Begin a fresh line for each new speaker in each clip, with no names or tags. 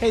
Hey,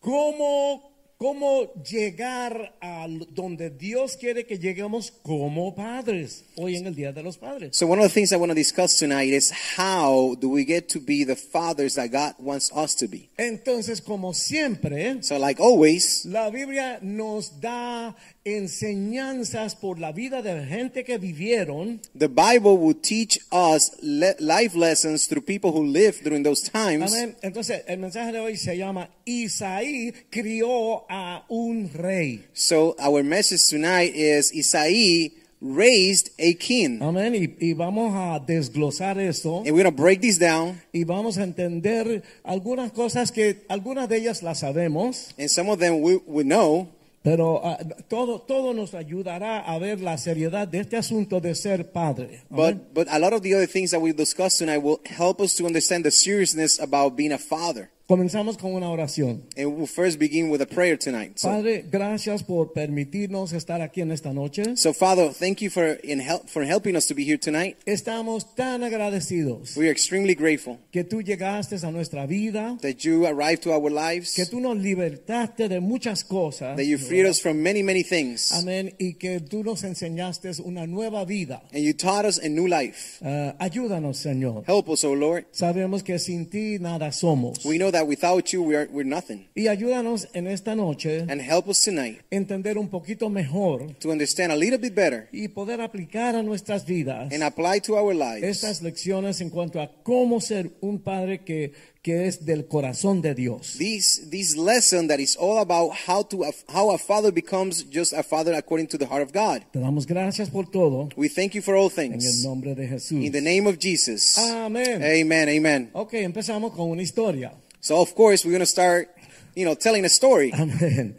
cómo, cómo llegar a donde Dios quiere que lleguemos como padres, hoy en el Día de los Padres.
So one of the things I want to discuss tonight is how do we get to be the fathers that God wants us to be?
Entonces, como siempre,
So like always,
la Biblia nos da enseñanzas por la vida de gente que vivieron.
the Bible will teach us le- life lessons through people who lived during those times.
Amén. Entonces, el mensaje de hoy se llama Isaí crió a un rey.
So our message tonight is Isaiah raised a king.
Amén. Y, y vamos a desglosar esto.
And we're going to break this down.
y vamos a entender algunas cosas que algunas de ellas las sabemos,
And some of them we, we know.
pero ah, todo todo nos ayudará a ver la seriedad de este asunto de ser padre.
But,
Amén.
but a lot of the other things that we discuss tonight will help us to understand the seriousness about being a father.
Comenzamos con una oración.
And we'll first begin with a prayer tonight. So-
Padre, gracias por permitirnos estar aquí en esta noche.
So, Father, thank you for in help for helping us to be here tonight.
Estamos tan agradecidos
We are extremely grateful
que tú llegaste a nuestra vida,
that you arrived to our lives,
que tú nos libertaste de muchas cosas.
that you freed us from many, many things,
Amén. Y que tú nos enseñaste una nueva vida.
and you taught us a new life.
Ah, ayúdanos, Señor.
Help us, O Lord.
Sabemos que sin ti nada somos.
We know that without you, we are we're nothing.
Y ayúdanos en esta noche a
And help us tonight
entender un poquito mejor
to understand a little bit better
y poder aplicar a nuestras vidas
and apply to our lives
estas lecciones en cuanto a cómo ser un padre que, que es del corazón de Dios.
these these lesson that is all about how to how a father becomes just a father according to the heart of God.
Te damos gracias por todo
We thank you for all
en el
things
nombre de Jesús.
in the name of Jesus.
Amén.
Amen. Amen.
Ok, empezamos con una historia.
So of course we're gonna start, you know, telling a story.
Amén.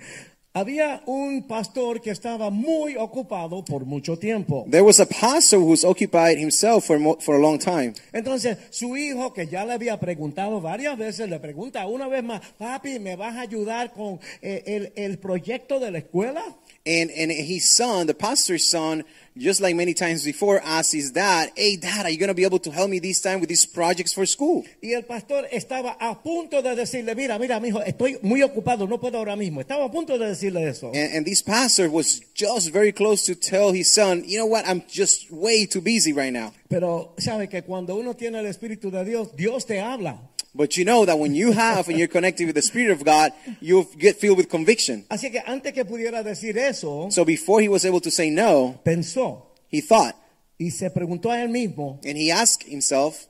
Había un pastor que estaba muy ocupado por mucho tiempo.
There was a pastor who's occupied himself for mo- for a long time.
Entonces, su hijo, que ya le había preguntado varias veces, le pregunta una vez más, papi, ¿me vas a ayudar con eh, el, el proyecto de la escuela?
And and his son, the pastor's son, just like many times before, asked his dad, "Hey, dad, are you gonna be able to help me this time with these projects for school?"
Y el pastor estaba a punto de decirle, mira, mira, mi hijo, estoy muy ocupado, no puedo ahora mismo. Estaba a punto de decirle eso.
And, and this pastor was just very close to tell his son, "You know what? I'm just way too busy right now."
Pero sabe que cuando uno tiene el Espíritu de Dios, Dios te habla.
But you know that when you have and you're connected with the Spirit of God, you'll get filled with conviction.
Así que antes que pudiera decir eso,
So before he was able to say no,
pensó
he thought
y se preguntó a él mismo,
and he asked himself,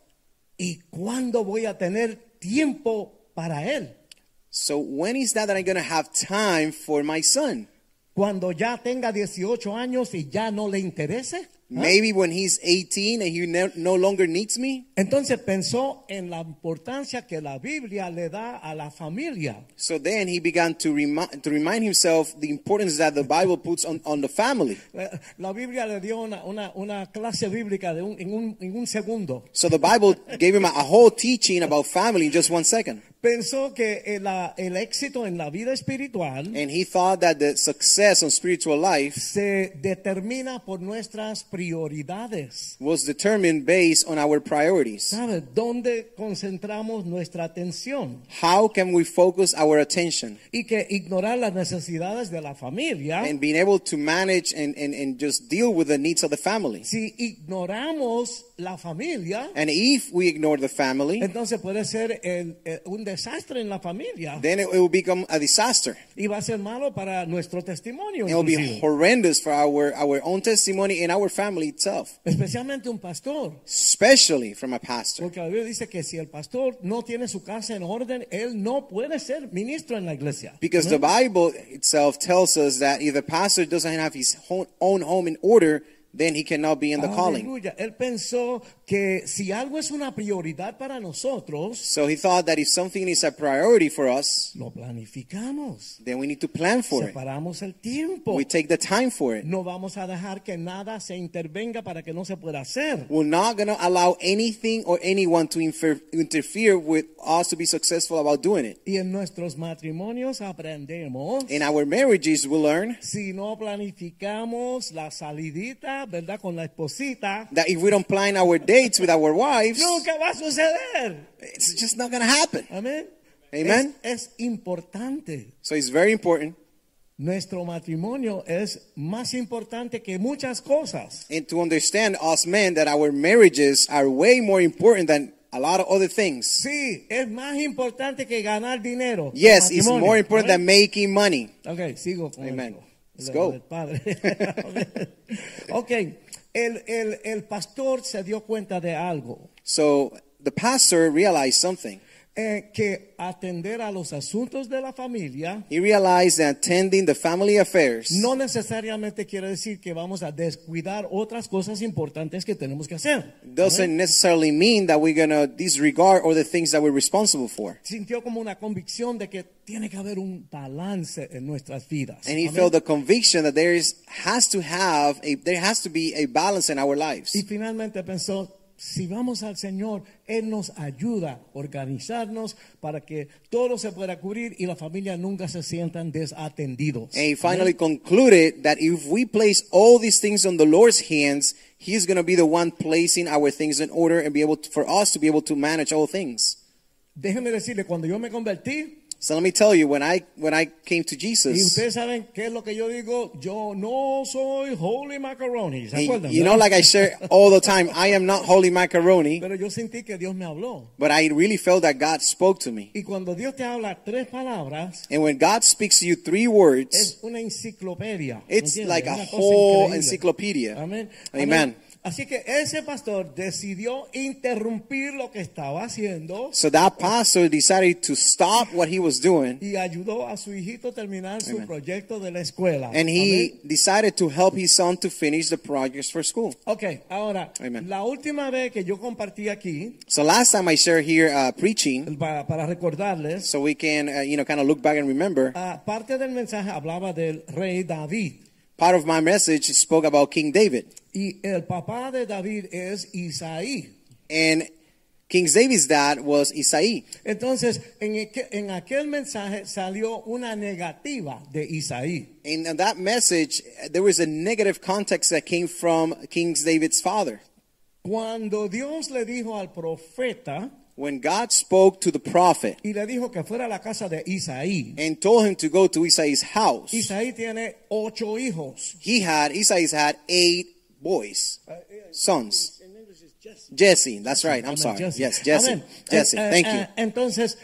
¿y cuándo voy a tener tiempo para él?
So when is that that I'm going to have time for my son?
cuando ya tenga 18 años y ya no le interese? ¿Ah?
Maybe when he's 18 and he ne- no longer needs me?
Entonces pensó en la importancia que la Biblia le da a la familia.
So then he began to, remi- to remind himself the importance that the Bible puts on, on the family.
Eh, La Biblia le dio una, una- una clase bíblica de un- en, un, en un segundo.
So the Bible gave him a, a whole teaching about family in just one second.
Pensó que el, ah, el éxito en la vida espiritual
And he thought that the success on spiritual life
se determina por nuestras prioridades.
was determined based on our priorities.
¿Sabes? ¿Dónde concentramos nuestra atención?
How can we focus our attention?
Y que ignorar las necesidades de la familia.
And being able to manage and, and, and just deal with the needs of the family.
Si ignoramos la familia,
And if we ignore the family,
entonces puede ser el- eh, un desastre en la familia
then it, it will become a disaster.
y va a ser malo para nuestro testimonio.
It will be
inclusive.
horrendous for our, our own testimony and our family itself,
Especialmente un pastor,
especially from a pastor.
porque la Biblia dice que si el pastor no tiene su casa en orden, él no puede ser ministro en la iglesia.
Because the Bible itself tells us that if the pastor doesn't have his ho- own home in order, then he cannot be in the calling.
Aleluya. Él pensó que si algo es una prioridad para nosotros,
So he thought that if something is a priority for us,
lo planificamos.
then we need to plan for it.
Separamos el tiempo.
We take the time for it.
No vamos a dejar que nada se intervenga para que no se pueda hacer.
We're not going to allow anything or anyone to infer- interfere with us to be successful about doing it.
Y en nuestros matrimonios aprendemos.
In our marriages, we learn
si no planificamos la salidita, ¿verdad? Con la esposita,
that if we don't plan our dates with our wives,
nunca va a suceder.
it's just not going to happen.
Amén.
Amen.
Es, es importante.
So it's very important.
Nuestro matrimonio es más importante que muchas cosas.
And to understand us men that our marriages are way more important than a lot of other things.
Sí, es más importante que ganar dinero.
Yes,
El
it's
matrimonio,
more important than
¿amén?
making money.
Ok, sigo con
Amen.
esto.
Let's
Lo
go.
del padre. ok, el, el, el pastor se dio cuenta de algo.
So the pastor realized something.
eh, que atender a los asuntos de la familia
He realized that attending the family affairs
no necesariamente quiere decir que vamos a descuidar otras cosas importantes que tenemos que hacer.
doesn't necessarily mean that we're going to disregard all the things that we're responsible for.
Sintió como una convicción de que tiene que haber un balance en nuestras vidas.
And he
Amén.
felt the conviction that there is has to have a there has to be a balance in our lives.
y finalmente pensó, si vamos al Señor, Él nos ayuda a organizarnos para que todo se pueda cubrir y la familia nunca se sientan desatendidos.
And he finally concluded that if we place all these things on the Lord's hands, he's going to be the one placing our things in order and be able to, for us to be able to manage all things.
Déjeme decirle, cuando yo me convertí,
So let me tell you when I when I came to
Y
Jesus,
ustedes saben qué es lo que yo digo, yo no soy holy macaroni, ¿se
and
acuerdan?
you know
verdad?
like I share all the time, I am not holy macaroni,
Pero yo sentí que Dios me habló.
but I really felt that God spoke to me.
Y cuando Dios te habla tres palabras,
And when God speaks to you three words,
es una enciclopedia.
It's
¿entiendes?
like a
Una cosa
whole
increíble.
encyclopedia.
Amén.
Amen.
Así que ese pastor decidió interrumpir lo que estaba haciendo
so that pastor decided to stop what he was doing
y ayudó a su hijito a terminar su
Amen.
proyecto de la escuela.
and he
Amén.
decided to help his son to finish the projects for school.
Ok, ahora,
Amen.
la última vez que yo compartí aquí,
So last time I shared here uh, preaching,
para, para recordarles,
so we can uh, you know kind of look back and remember.
Ah, parte del mensaje hablaba del rey David.
Part of my message spoke about King David,
Y el papá de David es Isaí.
and King David's dad was Isai.
Entonces, en, aqu- en aquel mensaje salió una negativa de Isaí.
And in that message, there was a negative context that came from King David's father.
Cuando Dios le dijo al profeta
When God spoke to the prophet
y le dijo que fuera a la casa de Isaí,
and told him to go to Isai's house,
Isaí tiene ocho hijos.
he had Esai's had eight boys, sons. Jesse, that's right. I'm sorry.
Jesse.
Yes, Jesse.
Amén.
Jesse,
Eh, eh,
thank
eh,
you.
Entonces,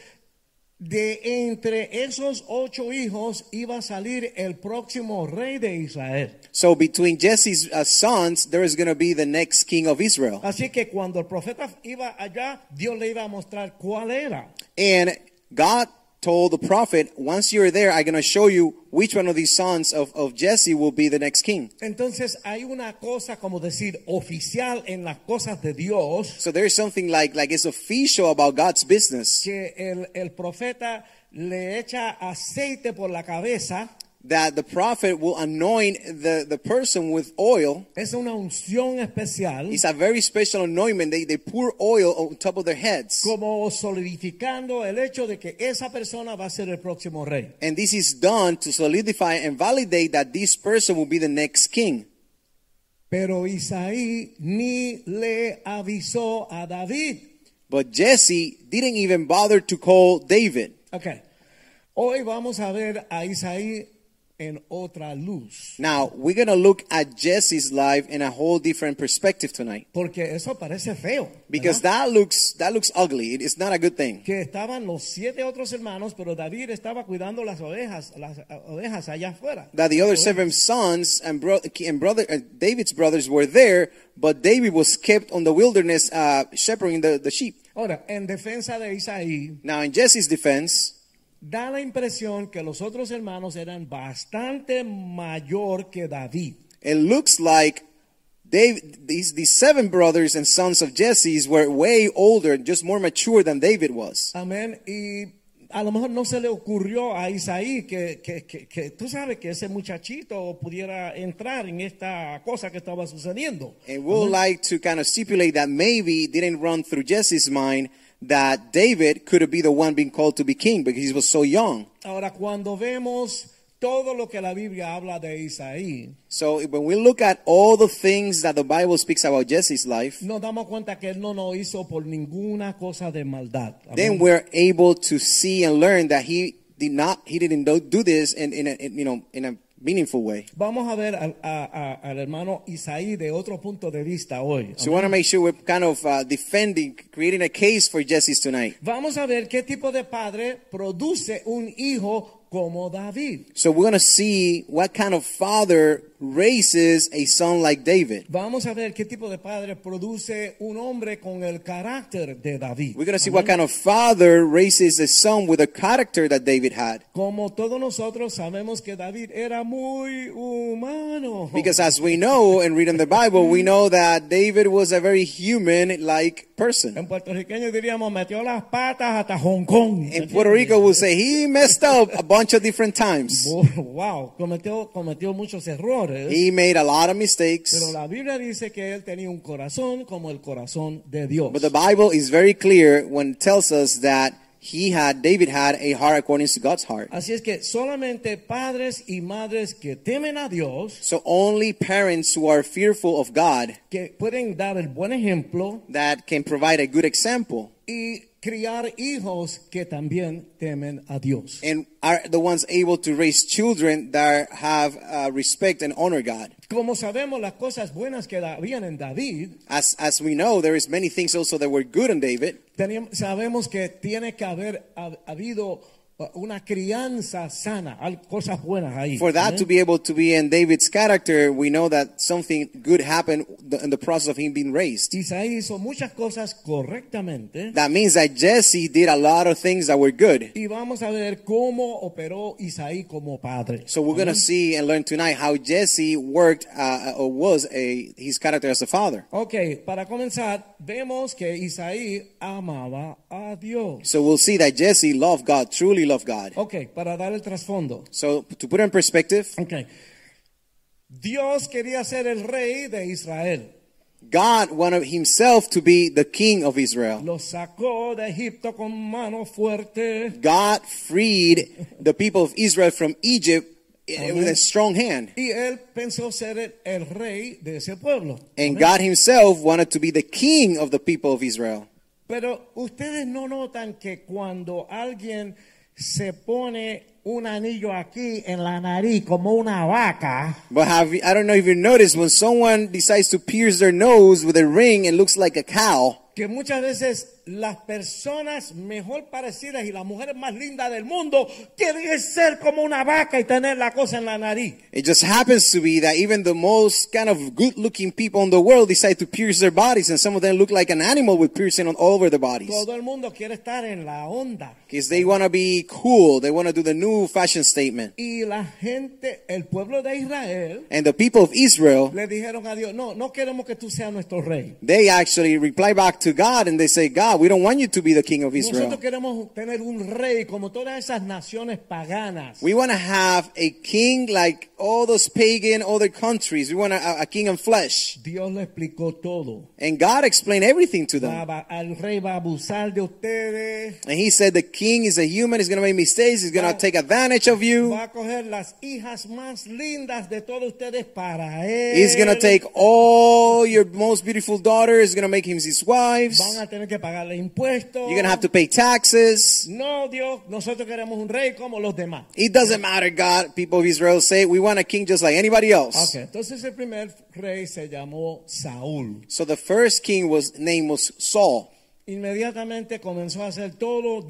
de entre esos ocho hijos iba a salir el próximo rey de Israel.
So between Jesse's uh, sons, there is going to be the next king of Israel.
Así que cuando el profeta iba allá, Dios le iba a mostrar cuál era.
And God told the prophet, once you're there, I'm going to show you which one of these sons of, of Jesse will be the next king.
Entonces hay una cosa como decir oficial en las cosas de Dios
So there's something like, like it's official about God's business
que el, el profeta le echa aceite por la cabeza.
that the prophet will anoint the, the person with oil.
Es una unción especial
It's a very special anointment. They, they pour oil on top of their heads.
como solidificando el hecho de que esa persona va a ser el próximo rey.
And this is done to solidify and validate that this person will be the next king.
Pero Isaí ni le avisó a David.
But Jesse didn't even bother to call David.
Ok. Hoy vamos a ver a Isaí en otra luz.
Now, we're going to look at Jesse's life in a whole different perspective tonight
Porque eso parece feo.
because
¿verdad?
that looks that looks ugly. It is not a good thing.
que estaban los siete otros hermanos, pero David estaba cuidando las ovejas, las ah, ovejas allá afuera.
That the other seven sons and, bro- and brother uh, David's brothers were there, but David was kept on the wilderness uh, shepherding the, the sheep.
Ahora, en defensa de Isaí,
Now, in Jesse's defense,
da la impresión que los otros hermanos eran bastante mayor que David.
it looks like David, these, these seven brothers and sons of Jesse's were way older, just more mature than David was.
Amén. Y a lo mejor no se le ocurrió a Isaí que, que- que- que tú sabes que ese muchachito pudiera entrar en esta cosa que estaba sucediendo.
And we'll like to kind of stipulate that maybe it didn't run through Jesse's mind that David could be the one being called to be king because he was so young.
Ahora, cuando vemos todo lo que la Biblia habla de Isaí,
So when we look at all the things that the Bible speaks about Jesse's life,
nos damos cuenta que él no lo hizo por ninguna cosa de maldad. Amén.
then we're able to see and learn that he did not, he didn't do- do this in, in, a, in, you know, in a meaningful way.
Vamos a ver al, a- a- al hermano Isaí de otro punto de vista hoy.
So we want to make sure we're kind of uh, defending, creating a case for Jesse's tonight.
Vamos a ver qué tipo de padre produce un hijo como David.
So we're going to see what kind of father raises a son like David.
Vamos a ver qué tipo de padre produce un hombre con el carácter de David.
We're going to see what kind of father raises a son with the character that David had.
Como todos nosotros sabemos que David era muy humano.
Because as we know and read in the Bible, we know that David was a very human like person.
en puertorriqueño diríamos metió las patas hasta Hong Kong.
In Puerto Rico, we'll say he messed up a bunch of different times.
Oh, wow, cometió, cometió muchos errores.
He made a lot of mistakes.
Pero la Biblia dice que él tenía un corazón como el corazón de Dios.
But the Bible is very clear when it tells us that he had, David had a heart according to God's heart.
Así es que solamente padres y madres que temen a Dios,
So only parents who are fearful of God
que pueden dar el buen ejemplo
that can provide a good example
y criar hijos que también temen a Dios.
and are the ones able to raise children that have uh, respect and honor God.
Como sabemos las cosas buenas que habían en David,
As, as we know, there is many things also that were good in David.
teníamos- sabemos que tiene que haber ha- habido uh, una crianza sana, hay cosas buenas ahí. ¿eh?
For that
Amén.
to be able to be in David's character, we know that something good happened th- in the process of him being raised.
Isaí hizo muchas cosas correctamente.
That means that Jesse did a lot of things that were good.
Y vamos a ver cómo operó Isaí como padre.
So we're going to see and learn tonight how Jesse worked uh, or was a his character as a father.
ok, para comenzar, vemos que Isaí amaba a Dios.
So we'll see that Jesse loved God, truly loved God.
Ok, para dar el trasfondo.
So to put it in perspective,
Ok. Dios quería ser el rey de Israel.
God wanted himself to be the king of Israel.
Lo sacó de Egipto con mano fuerte.
God freed the people of Israel from Egypt i- with a strong hand.
Y él pensó ser el, el rey de ese pueblo.
And God himself wanted to be the king of the people of Israel.
Pero ustedes no notan que cuando alguien se pone un anillo aquí en la nariz como una vaca,
But have you, I don't know if you noticed when someone decides to pierce their nose with a ring and looks like a cow,
que muchas veces las personas mejor parecidas y las mujeres más lindas del mundo quieren ser como una vaca y tener la cosa en la nariz.
It just happens to be that even the most kind of good looking people in the world decide to pierce their bodies, and some of them look like an animal with piercing on all over their bodies.
Todo el mundo quiere estar en la onda.
Because they want to be cool, they want to do the new fashion statement.
Y la gente, el pueblo de Israel,
And the people of Israel,
le dijeron a Dios, no, no queremos que tú seas nuestro rey.
they actually reply back to God and they say, God, we don't want you to be the king of Israel.
Nosotros queremos tener un rey como todas esas naciones paganas.
We want to have a king like all those pagan other countries. We want a, a king in flesh.
Dios le explicó todo.
And God explained everything to
Va-
them.
va- el rey va a abusar de ustedes,
And he said, the king is a human, he's going to make mistakes, he's going
Va-
to take advantage of you.
va a coger las hijas más lindas de todos ustedes para él.
He's gonna take all your most beautiful daughters. He's gonna make him his wives.
Van a tener que pagarle impuestos.
You're gonna have to pay taxes.
No, Dios, nosotros queremos un rey como los demás.
It doesn't matter, God. People of Israel say we want a king just like anybody else.
Okay, entonces el primer rey se llamó Saúl.
So the first king was name was Saul.
Inmediatamente comenzó a hacer todo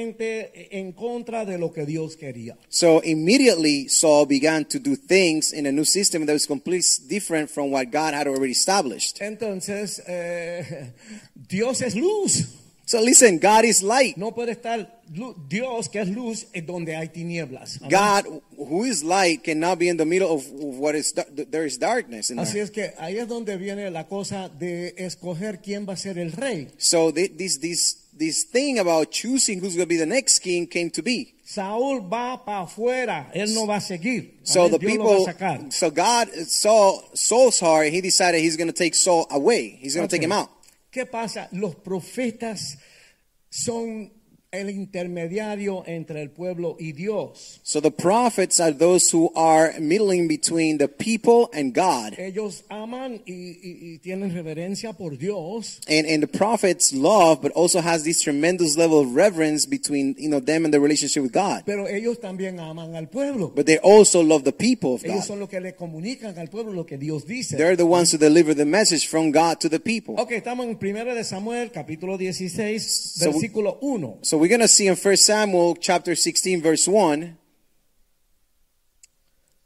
diferente en contra de lo que Dios quería.
So immediately Saul began to do things in a new system that was completely different from what God had already established.
Entonces, eh, Dios es luz.
So listen, God is light.
No puede estar lu- Dios, que es luz, en donde hay tinieblas. Amén.
God, who is light, cannot be in the middle of what is dar- there is darkness. In
Así
there.
es que ahí es donde viene la cosa de escoger quién va a ser el rey.
So thi- this this this thing about choosing who's going to be the next king came to be.
Saúl va para afuera, él no va a seguir.
So
Amén.
the
Dios lo va a
people,
sacar.
so God saw Saul's heart, and he decided he's going to take Saul away. He's going to
Ok.
take him out.
¿Qué pasa? Los profetas son el intermediario entre el pueblo y Dios.
So the prophets are those who are middling between the people and God.
Ellos aman y, y- y tienen reverencia por Dios,
And, and the prophets love, but also has this tremendous level of reverence between you know them and the relationship with God.
pero ellos también aman al pueblo.
But they also love the people of
Ellos son
God.
los que le comunican al pueblo lo que Dios dice.
They're the ones who deliver the message from God to the people.
ok, estamos en 1 de Samuel, capítulo 16,
So we-
versículo 1.
So we're gonna see in 1 Samuel chapter 16, verse 1.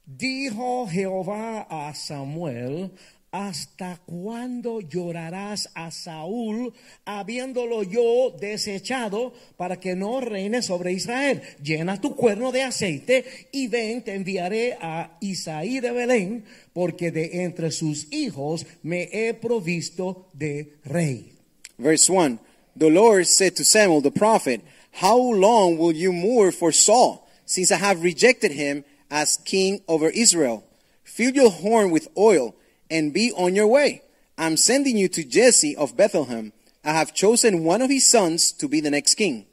Dijo Jehová a Samuel, ¿hasta cuándo llorarás a Saúl, habiéndolo yo desechado para que no reine sobre Israel? Llena tu cuerno de aceite y ven, te enviaré a Isaí de Belén, porque de entre sus hijos me he provisto de rey.
Verse 1 The Lord said to Samuel the prophet, How long will you mourn for Saul, since I have rejected him as king over Israel? Fill your horn with oil and be on your way. I'm sending you to Jesse of Bethlehem. I have chosen one of his sons to be the next king.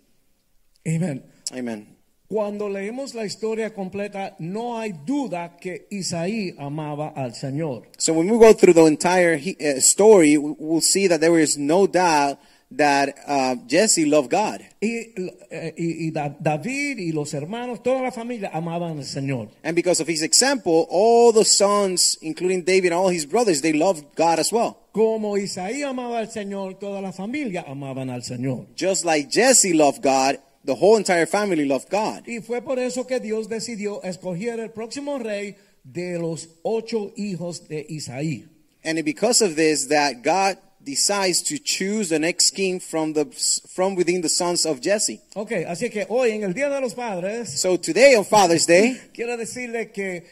Amén.
Amen.
Cuando leemos la historia completa, no hay duda que Isaí amaba al Señor.
So when we go through the entire he, uh, story, we- we'll see that there is no doubt that uh, Jesse loved God.
Y, eh, y- y Da- David y los hermanos, toda la familia amaban al Señor.
And because of his example, all the sons, including David and all his brothers, they loved God as well.
Como Isaí amaba al Señor, toda la familia amaban al Señor.
Just like Jesse loved God, the whole entire family loved God.
Y fue por eso que Dios decidió escoger el próximo rey de los ocho hijos de Isaí.
And because of this, that God decides to choose the next king from the from within the sons of Jesse.
Ok, así que hoy en el Día de los Padres,
So today on Father's Day,
quiero decirle que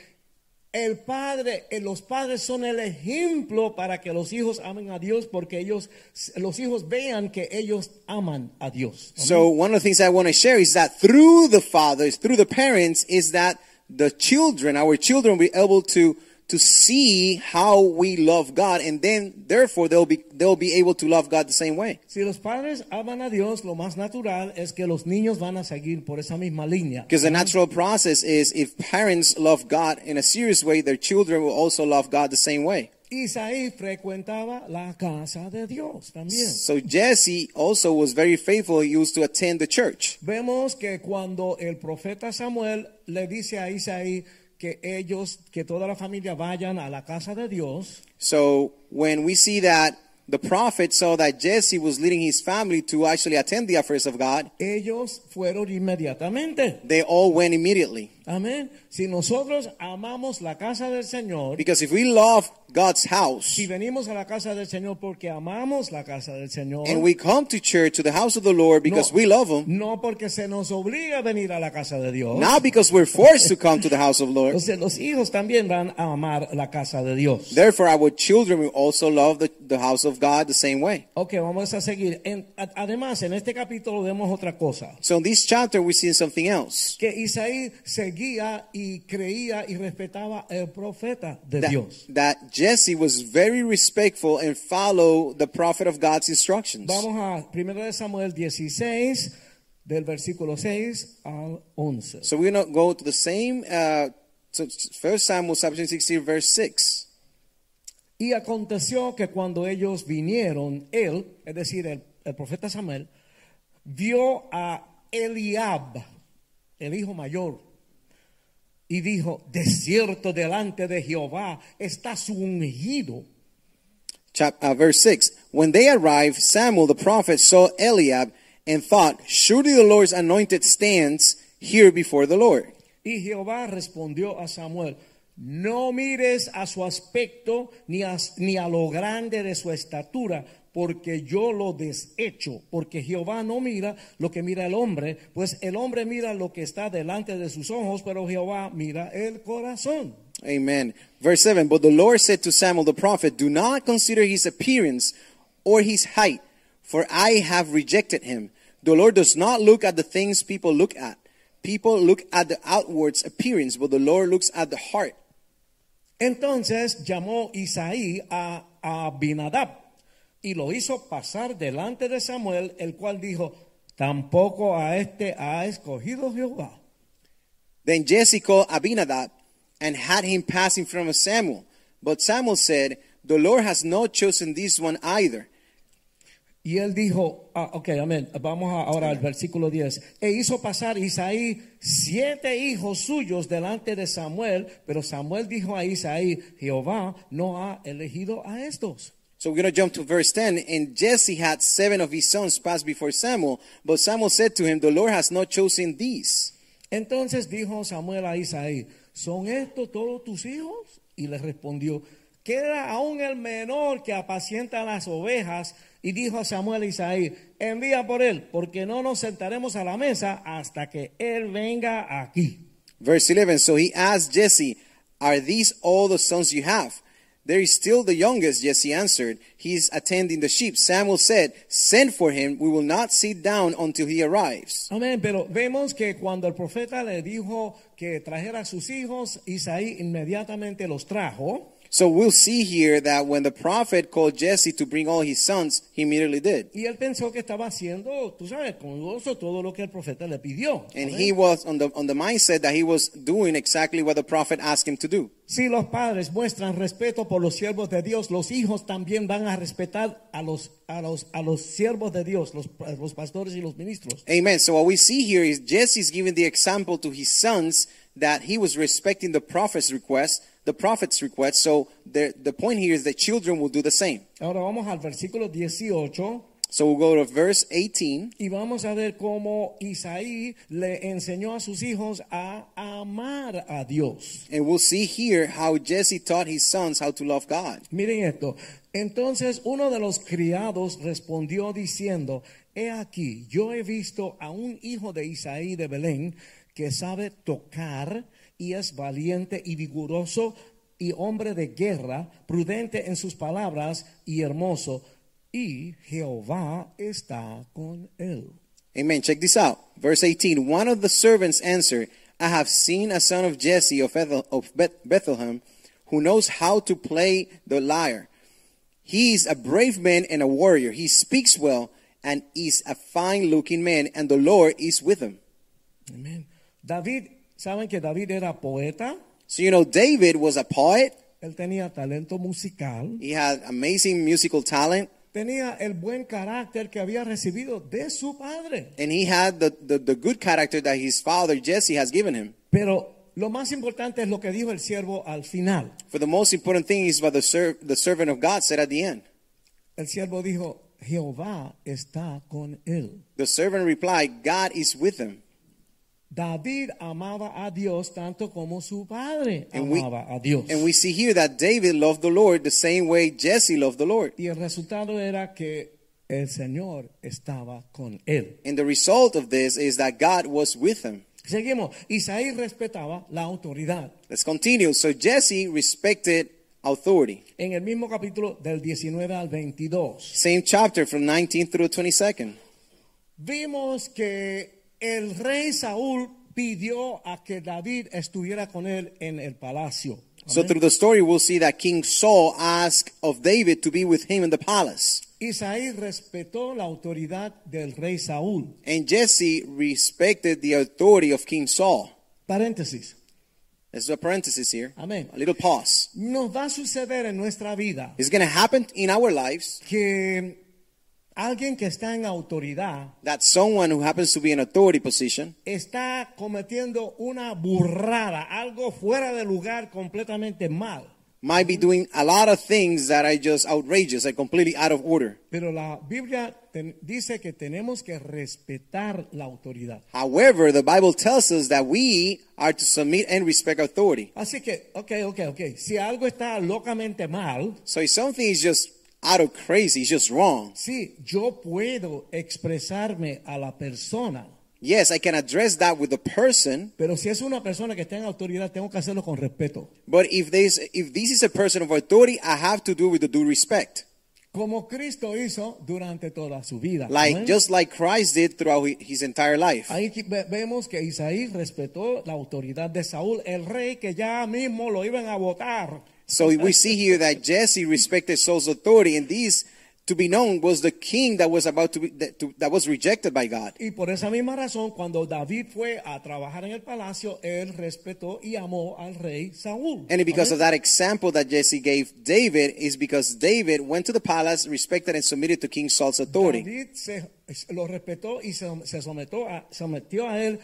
el padre, eh, los padres son el ejemplo para que los hijos amen a Dios porque ellos, los hijos vean que ellos aman a Dios.
so one of the things I want to share is that through the fathers, through the parents, is that the children, our children, will be able to to see how we love God, and then therefore they'll be they'll be able to love God the same way.
Si los padres aman a Dios, lo más natural es que los niños van a seguir por esa misma línea.
Because the natural process is if parents love God in a serious way, their children will also love God the same way.
Isaí frecuentaba la casa de Dios también.
So Jesse also was very faithful. He used to attend the church.
Vemos que cuando el profeta Samuel le dice a Isaí que ellos, que toda la familia vayan a la casa de Dios,
So when we see that the prophet saw that Jesse was leading his family to actually attend the affairs of God,
ellos fueron inmediatamente.
they all went immediately.
Amén. Si nosotros amamos la casa del Señor,
Because if we love God's house
si venimos a la casa del Señor porque amamos la casa del Señor,
and we come to church, to the house of the Lord because we love Him,
No porque se nos obliga a venir a la casa de Dios.
not because we're forced to come to the house of the Lord,
Entonces los hijos también van a amar la casa de Dios.
therefore our children will also love the, the house of God the same way.
ok, vamos a seguir. En- a- además, en este capítulo vemos otra cosa.
So in this chapter, we see something else.
Que Isaí seguía y creía y respetaba el profeta de
That,
Dios.
that Jesse was very respectful and followed the prophet of God's instructions.
Vamos a 1 Samuel 16, del versículo 6 al 11.
So we're going to go to the same, uh, so First Samuel chapter 16, verse 6.
Y aconteció que cuando ellos vinieron, él, es decir, el, el profeta Samuel, vio a Eliab, el hijo mayor, y dijo, de cierto delante de Jehová está su ungido.
Chap, uh, verse 6. When they arrived, Samuel the prophet saw Eliab and thought, Surely the Lord's anointed stands here before the Lord.
Y Jehová respondió a Samuel, No mires a su aspecto ni a, ni a lo grande de su estatura, porque yo lo deshecho, porque Jehová no mira lo que mira el hombre, pues el hombre mira lo que está delante de sus ojos, pero Jehová mira el corazón.
Amen. Verse 7 But the Lord said to Samuel the prophet, Do not consider his appearance or his height, for I have rejected him. The Lord does not look at the things people look at. People look at the outward appearance, but the Lord looks at the heart.
Entonces llamó Isaí a a Abinadab y lo hizo pasar delante de Samuel, el cual dijo, tampoco a este ha escogido Jehová.
Then Jesse called Abinadab and had him pass in front of Samuel. But Samuel said, The Lord has not chosen this one either.
Y él dijo, ah, ok, amén, vamos a- ahora al versículo 10. E hizo pasar Isaí siete hijos suyos delante de Samuel, pero Samuel dijo a Isaí, Jehová no ha elegido a estos.
So we're going to jump to verse 10. And Jesse had seven of his sons pass before Samuel. But Samuel said to him, The Lord has not chosen these.
Entonces dijo Samuel a Isaí, ¿son estos todos tus hijos? Y le respondió, queda aún el menor que apacienta las ovejas. Y dijo Samuel a Isaí, envía por él, porque no nos sentaremos a la mesa hasta que él venga aquí.
Verse 11 So he asked Jesse, Are these all the sons you have? There is still the youngest, Jesse answered. He is attending the sheep. Samuel said, Send for him. We will not sit down until he arrives.
Amén, pero vemos que cuando el profeta le dijo que trajera a sus hijos, Isaí inmediatamente los trajo.
So we'll see here that when the prophet called Jesse to bring all his sons, he immediately did.
Y él pensó que estaba haciendo, tú sabes, con gozo todo lo que el profeta le pidió.
And
Amén.
he was on the, on the mindset that he was doing exactly what the prophet asked him to do.
Si los padres muestran respeto por los siervos de Dios, los hijos también van a respetar a los, a los, a los siervos de Dios, los, los pastores y los ministros.
Amen. So what we see here is Jesse is giving the example to his sons that he was respecting the prophet's request, the prophet's request. So the, the point here is that children will do the same.
Ahora vamos al versículo 18
So we'll go to verse 18.
y vamos a ver cómo Isaí le enseñó a sus hijos a amar a Dios.
And we'll see here how Jesse taught his sons how to love God.
Miren esto. Entonces uno de los criados respondió diciendo, he aquí, yo he visto a un hijo de Isaí de Belén que sabe tocar y es valiente y vigoroso y hombre de guerra, prudente en sus palabras y hermoso. Y Jehová está con él.
Amen. Check this out. Verse 18. One of the servants answered, I have seen a son of Jesse of, Ethel, of Beth- Bethlehem who knows how to play the lyre. He is a brave man and a warrior. He speaks well and is a fine looking man, and the Lord is with him.
Amén. David, ¿saben que David era poeta?
So, you know, David was a poet.
Él tenía talento musical.
He had amazing musical talent,
Tenía el buen carácter que había recibido de su padre.
and he had the, the, the good character that his father Jesse has given him.
Pero lo más importante es lo que dijo el siervo al final.
For the most important thing is what the, ser- the servant of God said at the end.
El siervo dijo, Jehová está con él.
The servant replied, God is with him.
David amaba a Dios tanto como su padre
And we-
amaba a Dios.
And we see here that David loved the Lord the same way Jesse loved the Lord.
y el resultado era que el Señor estaba con él.
And the result of this is that God was with him.
Seguimos. Isaí respetaba la autoridad.
Let's continue. So Jesse respected authority.
En el mismo capítulo del 19 al 22.
Same chapter from 19 through 22nd.
Vimos que el rey Saúl pidió a que David estuviera con él en el palacio.
So through the story, we'll see that King Saul asked of David to be with him in the palace.
Isaí respetó la autoridad del rey Saúl.
And Jesse respected the authority of King Saul.
Paréntesis.
There's a parenthesis here.
Amén.
A little pause.
Nos va a suceder en nuestra vida
It's going to happen in our lives
que alguien que está en autoridad
that someone who happens to be in authority position
está cometiendo una burrada, algo fuera de lugar, completamente mal.
might be doing a lot of things that are just outrageous and completely out of order.
Pero la Biblia ten- dice que tenemos que respetar la autoridad.
However, the Bible tells us that we are to submit and respect authority.
Así que, ok, ok, ok. Si algo está locamente mal,
So if something is just out of crazy, it's just wrong.
sí, yo puedo expresarme a la persona,
Yes, I can address that with the person,
pero si es una persona que está en autoridad, tengo que hacerlo con respeto.
but if this if this is a person of authority, I have to do with the due respect.
Como Cristo hizo durante toda su vida.
Like
Amén.
just like Christ did throughout hi- his entire life.
Ahí que- ve- vemos que Isaí respetó la autoridad de Saúl, el rey que ya mismo lo iban a votar.
So we see here that Jesse respected Saul's authority, and this, to be known, was the king that was about to be that, to, that was rejected by God.
Y por esa misma razón, cuando David fue a trabajar en el palacio, él respetó y amó al rey Saúl.
And because
Amén.
of that example that Jesse gave David is because David went to the palace, respected and submitted to King Saul's authority.
David se, lo respetó y se, se sometió, a, sometió a él.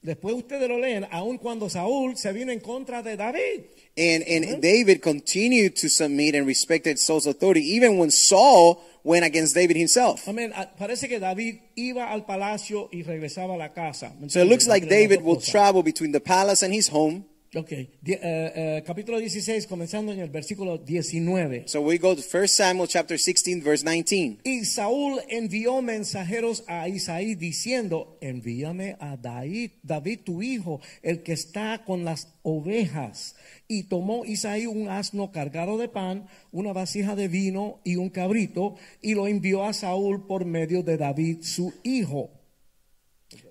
Después ustedes lo leen, aun cuando Saúl se vino en contra de David.
And and David continued to submit and respected Saul's authority even when Saul went against David himself.
Amén. Ah, Parece que David iba al palacio y regresaba a la casa.
So it looks like David will
try
travel between the palace and his home.
Ok, Die- eh, eh, capítulo 16, comenzando en el versículo 19.
So we go to 1 Samuel chapter 16 verse 19.
Y Saúl envió mensajeros a Isaí diciendo, envíame a David, David tu hijo, el que está con las ovejas. Y tomó Isaí un asno cargado de pan, una vasija de vino y un cabrito, y lo envió a Saúl por medio de David su hijo.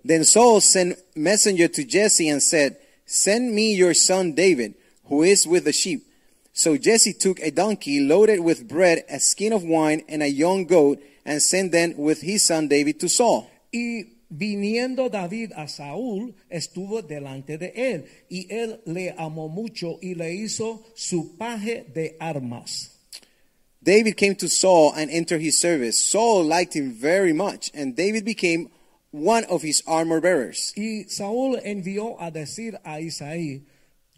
Then Saul sent messenger to Jesse and said, Send me your son David, who is with the sheep. So Jesse took a donkey loaded with bread, a skin of wine, and a young goat, and sent them with his son David to Saul.
Y viniendo David a Saúl, estuvo delante de él, y él le amó mucho y le hizo su paje de armas.
David came to Saul and entered his service. Saul liked him very much, and David became one of his armor bearers.
Y Saúl envió a decir a Isaí,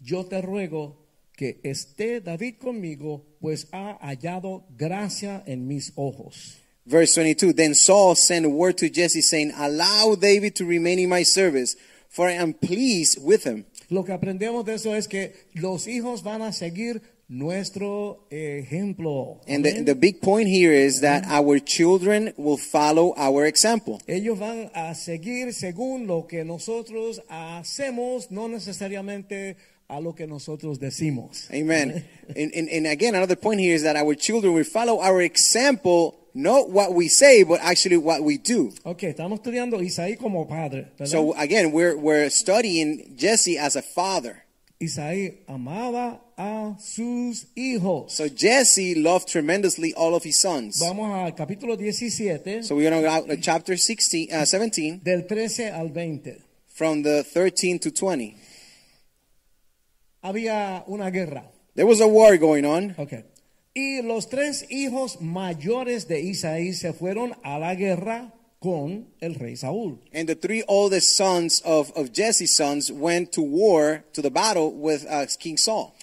yo te ruego que esté David conmigo, pues ha hallado gracia en mis ojos.
Verse 22 Then Saul sent word to Jesse, saying, Allow David to remain in my service, for I am pleased with him.
Lo que aprendemos de eso es que los hijos van a seguir nuestro ejemplo.
And the,
Amén.
the big point here is that our children will follow our example.
Ellos van a seguir según lo que nosotros hacemos, no necesariamente a lo que nosotros decimos.
Amen. and, and, and again, another point here is that our children will follow our example, not what we say, but actually what we do.
Ok, estamos estudiando Isaí como padre. ¿verdad?
So again, we're, we're studying Jesse as a father.
Isaí amaba a sus hijos.
So Jesse loved tremendously all of his sons.
Vamos al capítulo 17,
So we're going to go out to chapter 16, uh, 17
del 13 al 20.
from the 13 to 20.
Había una guerra.
There was a war going on.
Ok. Y los tres hijos mayores de Isaí se fueron a la guerra con el rey Saúl.
And the three oldest sons of, of Jesse's sons went to war, to the battle with uh, King Saul.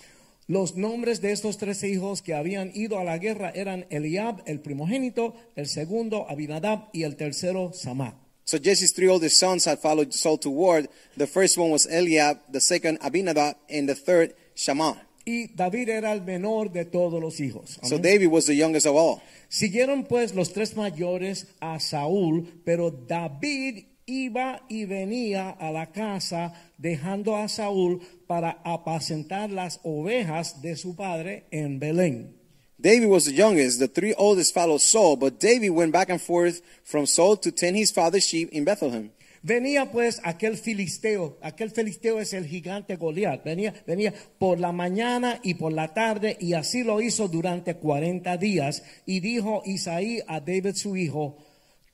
Los nombres de estos tres hijos que habían ido a la guerra eran Eliab, el primogénito, el segundo, Abinadab, y el tercero, Samá.
So Jesse's three oldest sons had followed Saul to war. The first one was Eliab, the second Abinadab, and the third Shammah.
Y David era el menor de todos los hijos.
So
Amén.
David was the youngest of all.
Siguieron pues los tres mayores a Saúl, pero David iba y venía a la casa dejando a Saúl para apacentar las ovejas de su padre en Belén.
David was the youngest. The three oldest followed Saul, but David went back and forth from Saul to tend his father's sheep in Bethlehem.
Venía pues aquel filisteo, aquel filisteo es el gigante Goliat, venía, venía por la mañana y por la tarde y así lo hizo durante 40 días y dijo Isaí a David su hijo,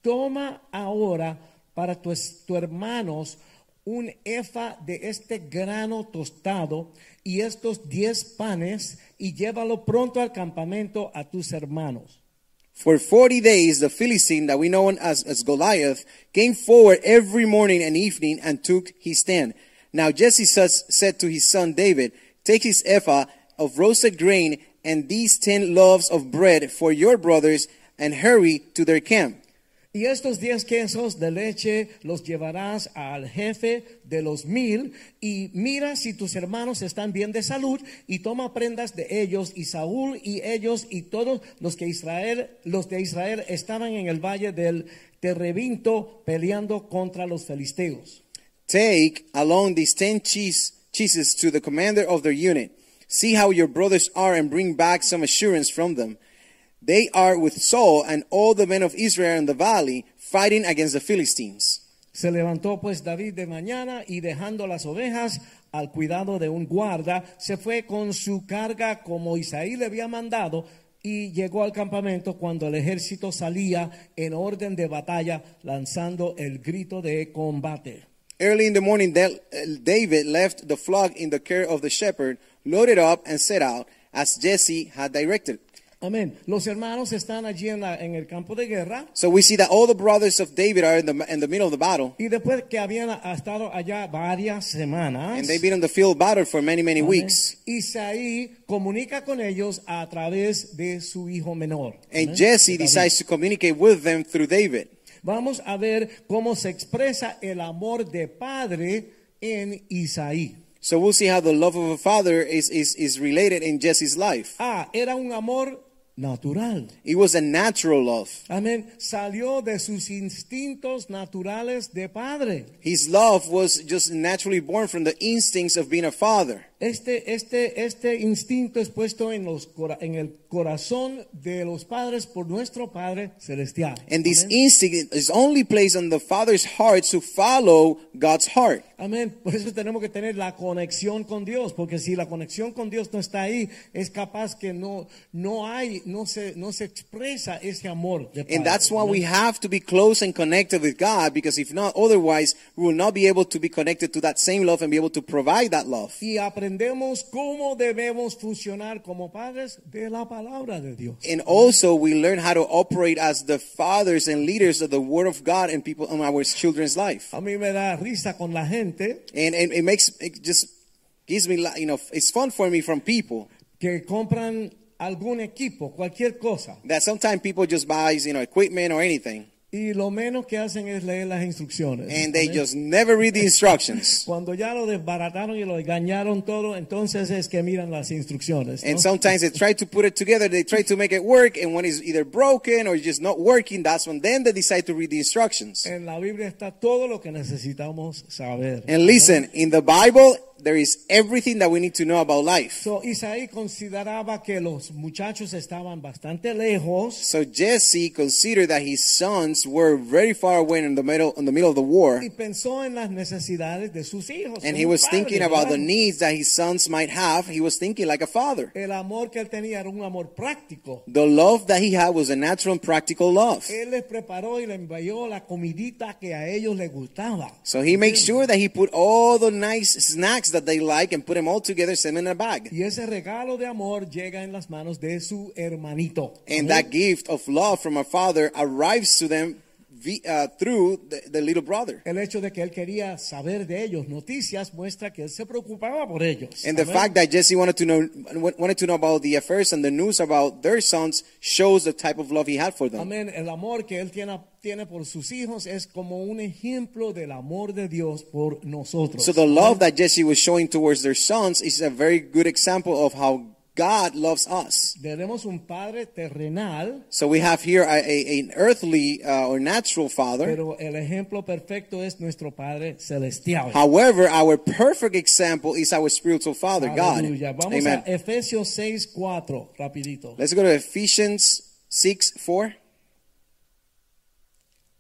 toma ahora para tus tu hermanos un efa de este grano tostado y estos 10 panes y llévalo pronto al campamento a tus hermanos.
For 40 days, the Philistine that we know as, as Goliath came forward every morning and evening and took his stand. Now Jesse sus- said to his son David, Take his ephah of roasted grain and these 10 loaves of bread for your brothers and hurry to their camp.
Y estos diez quesos de leche los llevarás al jefe de los mil y mira si tus hermanos están bien de salud y toma prendas de ellos y Saúl y ellos y todos los que Israel, los de Israel estaban en el valle del Terrebinto peleando contra los filisteos.
Take along these ten cheese, cheeses to the commander of their unit. See how your brothers are and bring back some assurance from them. They are with Saul and all the men of Israel in the valley fighting against the Philistines.
Se levantó pues David de mañana y dejando las ovejas al cuidado de un guarda, se fue con su carga como Isaí le había mandado y llegó al campamento cuando el ejército salía en orden de batalla lanzando el grito de combate.
Early in the morning, Del- uh, David left the flock in the care of the shepherd, loaded up, and set out as Jesse had directed.
Amén. Los hermanos están allí en, la- en el campo de guerra
So we see that all the brothers of David are in the, in the middle of the battle,
y después que habían ha- estado allá varias semanas.
and they've been on the field of battle for many, many
amén,
weeks.
Isaí comunica con ellos a través de su hijo menor.
And
Amén.
Jesse
David.
decides to communicate with them through David.
Vamos a ver cómo se expresa el amor de padre en Isaí.
So we'll see how the love of a father is, is, is related in Jesse's life.
Ah, era un amor natural.
It was a natural love.
Amén. Salió de sus instintos naturales de padre.
His love was just naturally born from the instincts of being a father.
Este, este, este instinto es puesto en, los, cora- en el corazón de los padres por nuestro Padre Celestial.
And this
Amén.
instinct is only placed on the father's heart to follow God's heart.
Amén. Por eso tenemos que tener la conexión con Dios, porque si la conexión con Dios no está ahí, es capaz que no, no hay, no se, no se expresa ese amor. de
And
padre,
that's why
¿no?
we have to be close and connected with God because if not, otherwise, we will not be able to be connected to that same love and be able to provide that love.
Y aprendemos cómo debemos funcionar como padres de la palabra de Dios.
And also, we learn how to operate as the fathers and leaders of the Word of God and people in our children's life.
A mí me da risa con la gente
And, and it makes, it just gives me, like, you know, it's fun for me from people
que compran algún equipo, cualquier cosa,
that sometimes people just buys, you know, equipment or anything
y lo menos que hacen es leer las instrucciones.
and they
Amén.
just never read the instructions.
Cuando ya lo desbarataron y lo engañaron todo, entonces es que miran las instrucciones. ¿no?
And sometimes they try to put it together, they try to make it work, and when it's either broken or just not working, that's when then they decide to read the instructions.
En la Biblia está todo lo que necesitamos saber.
And listen, in the Bible, there is everything that we need to know about life.
So, Isaí consideraba que los muchachos estaban bastante lejos
So Jesse considered that his sons were very far away in the middle in the middle of the war,
y pensó en las necesidades de sus hijos.
and
como
he
un
was
padre,
thinking about the
¿verdad?
needs that his sons might have. He was thinking like a father.
El amor que él tenía era un amor práctico.
The love that he had was a natural and practical love.
Él les preparó y les envió la comidita que a ellos les gustaba.
So he makes sure that he put all the nice snacks that they like and put them all together, send them in a bag.
Y ese regalo de amor llega en las manos de su hermanito.
And
Amén.
that gift of love from a father arrives to them vi- uh, through the, the little brother.
El hecho de que él quería saber de ellos noticias muestra que él se preocupaba por ellos.
And the
Amén.
fact that Jesse wanted to know wanted to know about the affairs and the news about their sons shows the type of love he had for them.
Amén. El amor que él tiene, tiene por sus hijos es como un ejemplo del amor de Dios por nosotros.
So the love that Jesse was showing towards their sons is a very good example of how God loves us.
Tenemos un padre terrenal,
So we have here a, a, an earthly uh, or natural father.
pero el ejemplo perfecto es nuestro padre celestial.
However, our perfect example is our spiritual father, God.
Aleluya. Vamos
Amen.
a Efesios 6, 4, rapidito.
Let's go to Ephesians 6 4.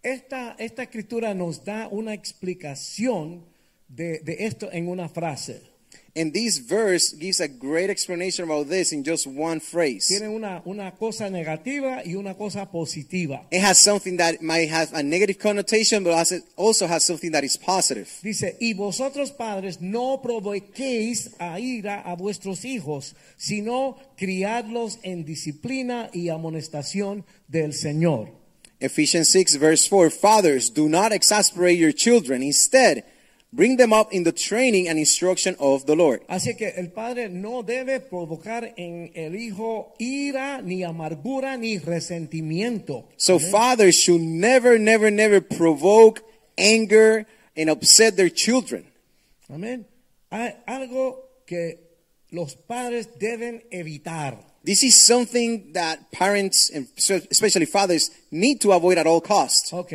Esta, esta escritura nos da una explicación de, de esto en una frase.
And this verse gives a great explanation about this in just one phrase.
Tiene una, una cosa negativa y una cosa positiva.
It has something that might have a negative connotation, but has- also has something that is positive.
Dice, y vosotros padres no provoquéis a ira a vuestros hijos, sino criadlos en disciplina y amonestación del Señor.
Ephesians 6, verse 4 Fathers, do not exasperate your children. Instead, Bring them up in the training and instruction of the Lord.
Así que el padre no debe provocar en el hijo ira, ni amargura, ni resentimiento.
So fathers should never, never, never provoke anger and upset their children.
Amén. Hay algo que los padres deben evitar.
This is something that parents and so- especially fathers need to avoid at all costs.
Ok.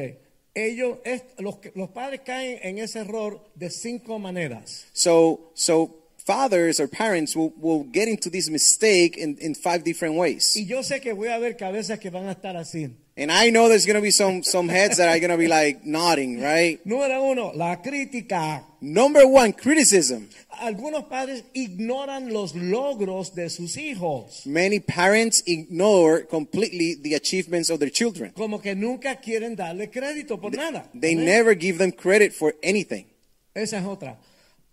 Ellos, es- los, que- los padres caen en ese error de cinco maneras.
So, so fathers or parents will, will get into this mistake in, in five different ways.
Y yo sé que voy a ver cabezas que van a estar así.
And I know there's going to be some, some heads that are going to be like nodding, right?
Número uno, la crítica.
Number one, criticism.
Algunos padres ignoran los logros de sus hijos.
Many parents ignore completely the achievements of their children.
Como que nunca quieren darle crédito por nada.
They
Amén.
never give them credit for anything.
Esa es otra.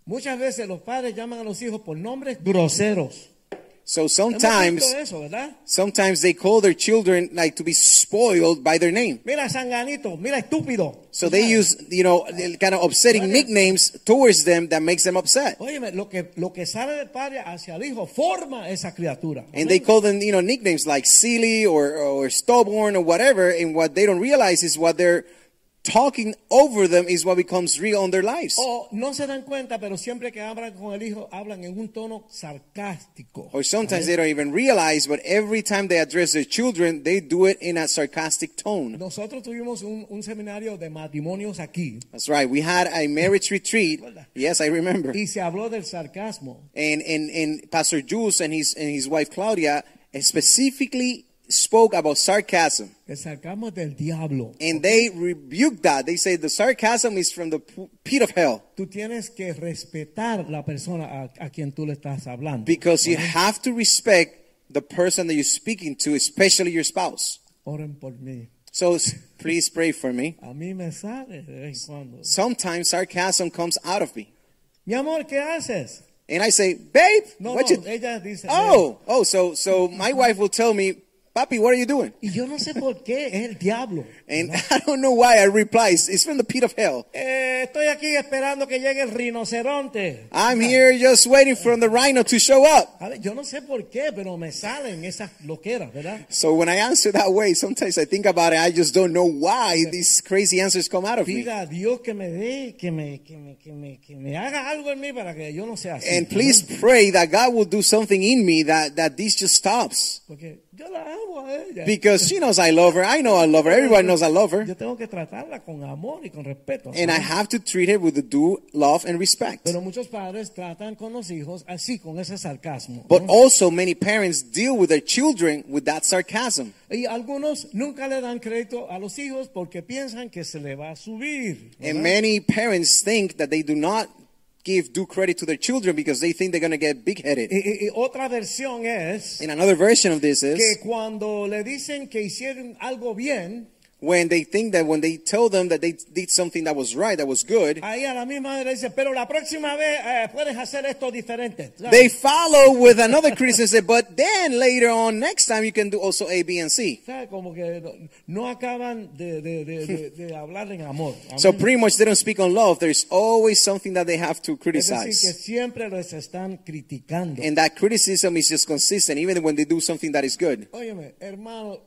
Muchas veces los padres llaman a los hijos por nombres groseros.
So
Hemos
sometimes,
visto eso, ¿verdad?
sometimes they call their children like to be spoiled by their name.
Mira, sanganito, mira, estúpido.
So they use, you know, the kind of upsetting nicknames towards them that makes them upset.
Óyeme, lo que, lo que sale del padre hacia el hijo forma esa criatura.
And they call them, you know, nicknames like silly or, or stubborn or whatever. And what they don't realize is what they're talking over them is what becomes real on their lives.
O no se dan cuenta, pero siempre que hablan con el hijo, hablan en un tono sarcástico.
Or sometimes they don't even realize, but every time they address their children, they do it in a sarcastic tone.
Nosotros tuvimos un, un seminario de matrimonios aquí
That's right. We had a marriage retreat. Yes, I remember.
y se habló del sarcasmo.
And and and Pastor Jules and his and his wife Claudia specifically spoke about sarcasm.
El sarcasmo es del diablo.
And they rebuked that. They say the sarcasm is from the p- pit of hell
Tú tienes que respetar la persona a, a quien tú le estás hablando.
because you have to respect the person that you're speaking to, especially your spouse.
Oren por mí.
So s- please pray for me.
A mí me sale de vez en cuando.
Sometimes sarcasm comes out of me.
Mi amor, ¿qué haces?
And I say, "Babe,
No,
what
no,
you
ella dice.
Oh, oh, so so my wife will tell me, "Papi, what are you doing?"
Y yo no sé por qué es el diablo.
And I don't know why I reply, "It's it's from the pit of hell."
Eh, estoy aquí esperando que llegue el rinoceronte.
I'm here just waiting for the rhino to show up.
A ver, yo no sé por qué, pero me salen esas loqueras, ¿verdad?
So when I answer that way, sometimes I think about it. I just don't know why these crazy answers come out of me.
Pida a Dios que me dé, que me, que me, que me, que me haga algo en mí para que yo no sea así.
And please pray that God will do something in me that, that this just stops.
Porque yo la amo a ella.
Because she knows I love her. I know I love her. Everybody knows I love her.
Yo tengo que tratarla con amor y con respeto.
And I have to treat her with the due love and respect.
Pero muchos padres tratan con los hijos así, con ese sarcasmo.
But
¿no?
also many parents deal with their children with that sarcasm.
y algunos nunca le dan crédito a los hijos porque piensan que se le va a subir.
And
¿verdad?
many parents think that they do not give due credit to their children because they think they're going to get big headed.
Y, y- y otra versión es
And another version of this
que
is
cuando le dicen que hicieron algo bien,
when they think that when they tell them that they did something that was right, that was good,
ahí a la misma vez le dicen, pero la próxima vez eh, puedes hacer esto diferente. ¿sabes?
they follow with another criticism. But then later on, next time you can do also A, B, and C.
¿Sabes? Como que no, no acaban de, de- de- de- de hablar en amor. Amén.
So pretty much they don't speak on love. There's always something that they have to
es decir, que
criticize.
siempre los están criticando.
And that criticism is just consistent, even when they do something that is good.
Óyeme, hermano,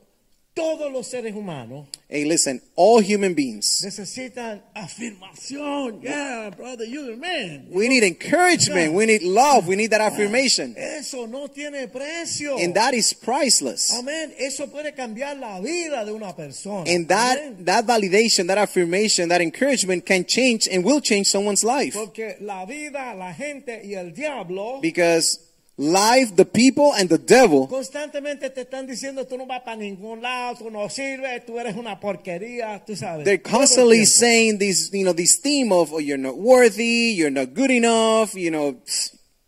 todos los seres humanos
Hey, listen, all human beings,
necesitan afirmación. Yeah, brother, you're the man.
we need encouragement, we need love, we need that affirmation.
Eso no tiene precio.
And that is priceless.
Amén. Eso puede cambiar la vida de una persona.
And
Amén.
that that validation, that affirmation, that encouragement can change and will change someone's life.
Porque la vida, la gente y el diablo
Because life, the people, and the devil
constantemente te están diciendo tú no vas para ningún lado, tú no sirves, tú eres una porquería, tú sabes.
they're
Todo el
constantly
tiempo.
saying these, you know, this theme of oh, you're not worthy, you're not good enough, you know,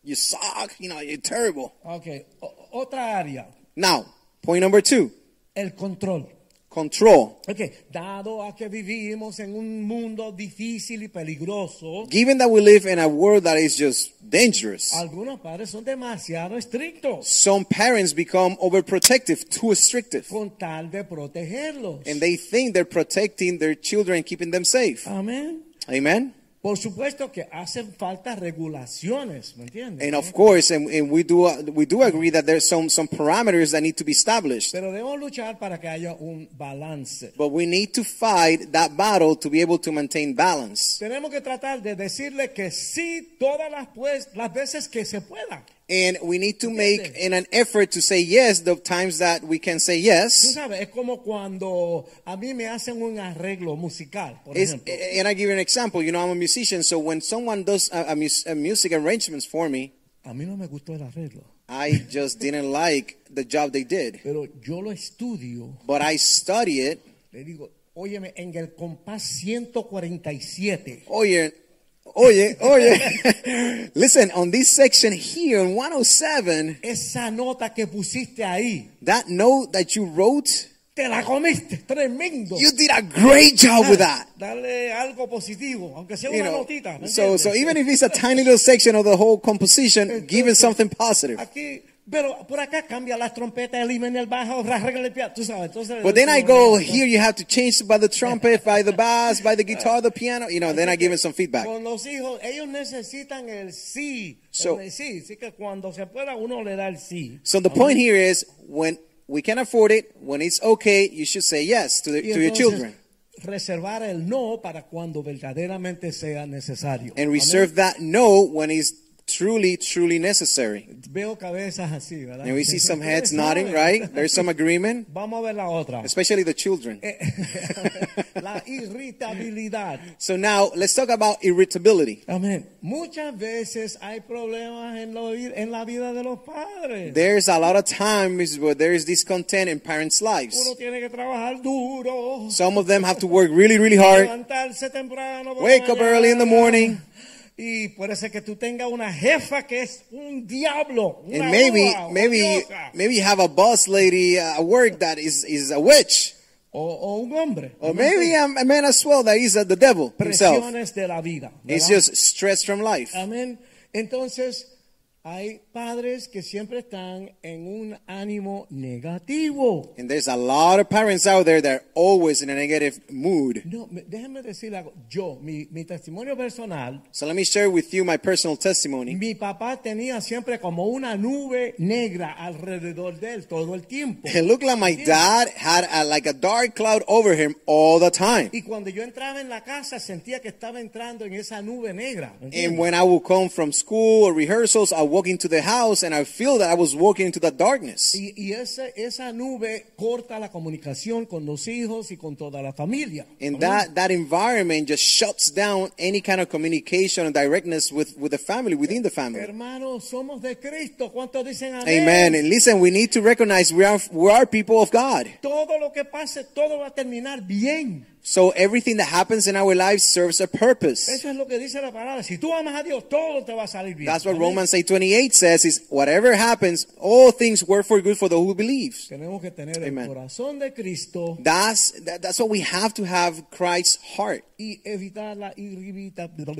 you suck, you know, you're terrible.
Okay. o- otra área,
Now, point number two,
el control.
control.
Okay. Dado a que vivimos en un mundo difícil y peligroso,
Given that we live in a world that is just dangerous,
algunos padres son demasiado estrictos
some parents become overprotective, too restrictive.
con tal de protegerlos.
and they think they're protecting their children, keeping them safe.
Amén.
Amen.
Por supuesto que hacen falta regulaciones, ¿me entiendes?
And of course, and, and we do we do agree that there's some some parameters that need to be established.
Pero debemos luchar para que haya un balance.
But we need to fight that battle to be able to maintain balance.
Tenemos que tratar de decirle que sí todas las, pues- las veces que se pueda.
And we need to make in an effort to say yes the times that we can say
Tú
yes.
sabes, es como cuando a mí me hacen un arreglo musical, por
It's,
ejemplo.
and I give you an example. You know, I'm a musician, so when someone does a, a, mus- a music arrangements for me,
a mí no me gustó el arreglo,
I just didn't like the job they did.
pero yo lo estudio.
But I study it.
Le digo, óyeme, en el compás 147.
Oye, oye, oye. Listen, on this section here on 107,
Esa nota que pusiste ahí,
that note that you wrote,
te la comiste, tremendo.
you did a great job with that.
Dale algo positivo, aunque sea
You
una
know,
notita. ¿me
so so
entiendes?
even if it's a tiny little section of the whole composition, give it something positive.
Aquí, pero por acá cambia las trompetas, elimina el bajo, arregla el piano, tú sabes. Entonces,
But then I go here. You have to change by the trumpet, by the bass, by the guitar, the piano. You know, then I give it some feedback.
Con los hijos, ellos necesitan el sí.
So-
el sí, así que cuando se pueda uno le da el sí.
So the point
uh-huh.
here is when we can afford it, when it's okay, you should say yes to, the,
Y
to your
entonces,
children.
Reservar el no para cuando verdaderamente sea necesario.
and reserve that no when it's truly, truly necessary.
Amén. Veo cabezas así, ¿verdad?
And we see some heads nodding, right? There's some agreement,
Vamos a ver la otra.
especially the children.
Eh, la irritabilidad.
So now let's talk about irritability.
Amén. Muchas veces hay problemas en, lo- en la vida de los padres.
There's a lot of times where there is discontent in parents' lives.
Uno tiene que trabajar duro.
Some of them have to work really, really hard,
Levantarse temprano. por la
wake up early in the
mañana.
morning,
Y puede ser que tú tengas una jefa que es un diablo. Una
and maybe,
boba,
maybe,
odiosa.
maybe you have a boss lady uh, at work that is is a witch,
O, o un hombre.
or maybe a, a man as well that is uh, the devil himself.
Presiones de la vida.
It's
¿verdad?
just stress from life.
Amén. Entonces, hay padres que siempre están en un ánimo negativo.
And there's a lot of parents out there that are always in a negative mood.
No, me- déjenme decir algo. Yo, mi, mi testimonio personal,
So let me share with you my personal testimony.
mi papá tenía siempre como una nube negra alrededor de él todo el tiempo.
It looked like my dad had a, like a dark cloud over him all the time.
Y cuando yo entraba en la casa sentía que estaba entrando en esa nube negra. ¿me entiendes?
And when I would come from school or rehearsals, I walk into the house and I feel that I was walking into the darkness.
Y, y ese- esa nube corta la comunicación con los hijos y con toda la familia.
And
Amén.
that, that environment just shuts down any kind of communication and directness with, with the family, within the family.
Hermanos, somos de Cristo. ¿Cuántos dicen amén?
Amen. And listen, we need to recognize we are, we are people of God.
Todo lo que pase, todo va a terminar bien.
So everything that happens in our lives serves a purpose.
Eso es lo que dice la palabra. Si tú amas a Dios, todo te va a salir bien.
That's what
Amén.
Romans 8:28 says is whatever happens, all things work for good for those who believe.
Tenemos que tener el
Amen.
corazón de Cristo
That's that, that's what we have to have Christ's heart
y evitar la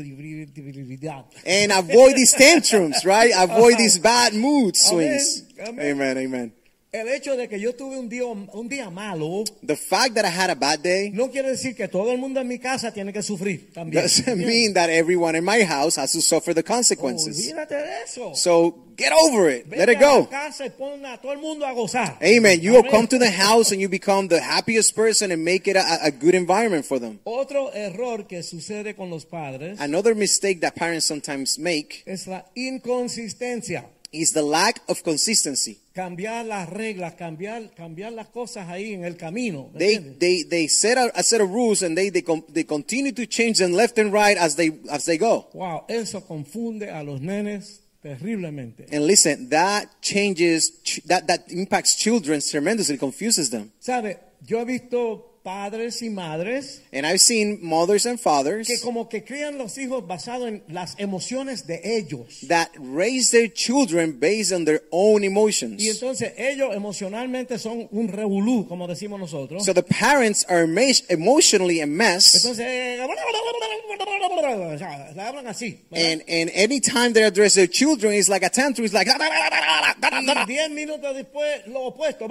irritabilidad.
and avoid these tantrums, right? Avoid these bad mood swings.
Amen.
Amen. Amen.
El hecho de que yo tuve un día, un día malo
The fact that I had a bad day
no quiere decir que todo el mundo en mi casa tiene que sufrir también.
doesn't mean that everyone in my house has to suffer the consequences.
Olvídate de eso.
So get over it.
Vete
Let it
a la
go.
casa y pon a todo el mundo a gozar.
Amen. You will
Amén.
come to the house and you become the happiest person and make it a, a good environment for them.
Otro error que sucede con los padres
Another mistake that parents sometimes make
es la inconsistencia.
is the lack of consistency.
Cambiar las reglas, cambiar, cambiar las cosas ahí en el camino. ¿me
They
entiendes?
they they set out a set of rules and they they, com- they continue to change them left and right as they as they go.
wow, eso confunde a los nenes terriblemente.
And listen, that changes ch- that that impacts children tremendously, confuses them.
¿Sabe? Yo he visto padres y madres
And I've seen mothers and
que
fathers
como que crían los hijos basado en las emociones de ellos.
that raise their children based on their own
Y
emotions.
entonces ellos emocionalmente son un revolú, como decimos nosotros.
So the parents are mesh- emotionally a mess.
Entonces, eh, O sea, la hablan así. ¿verdad?
And and anytime they address their children, it's like a tantrum. It's like "Ah, "Da, da, da, da, da, da, da, da, da."
Diez minutos después, lo opuesto.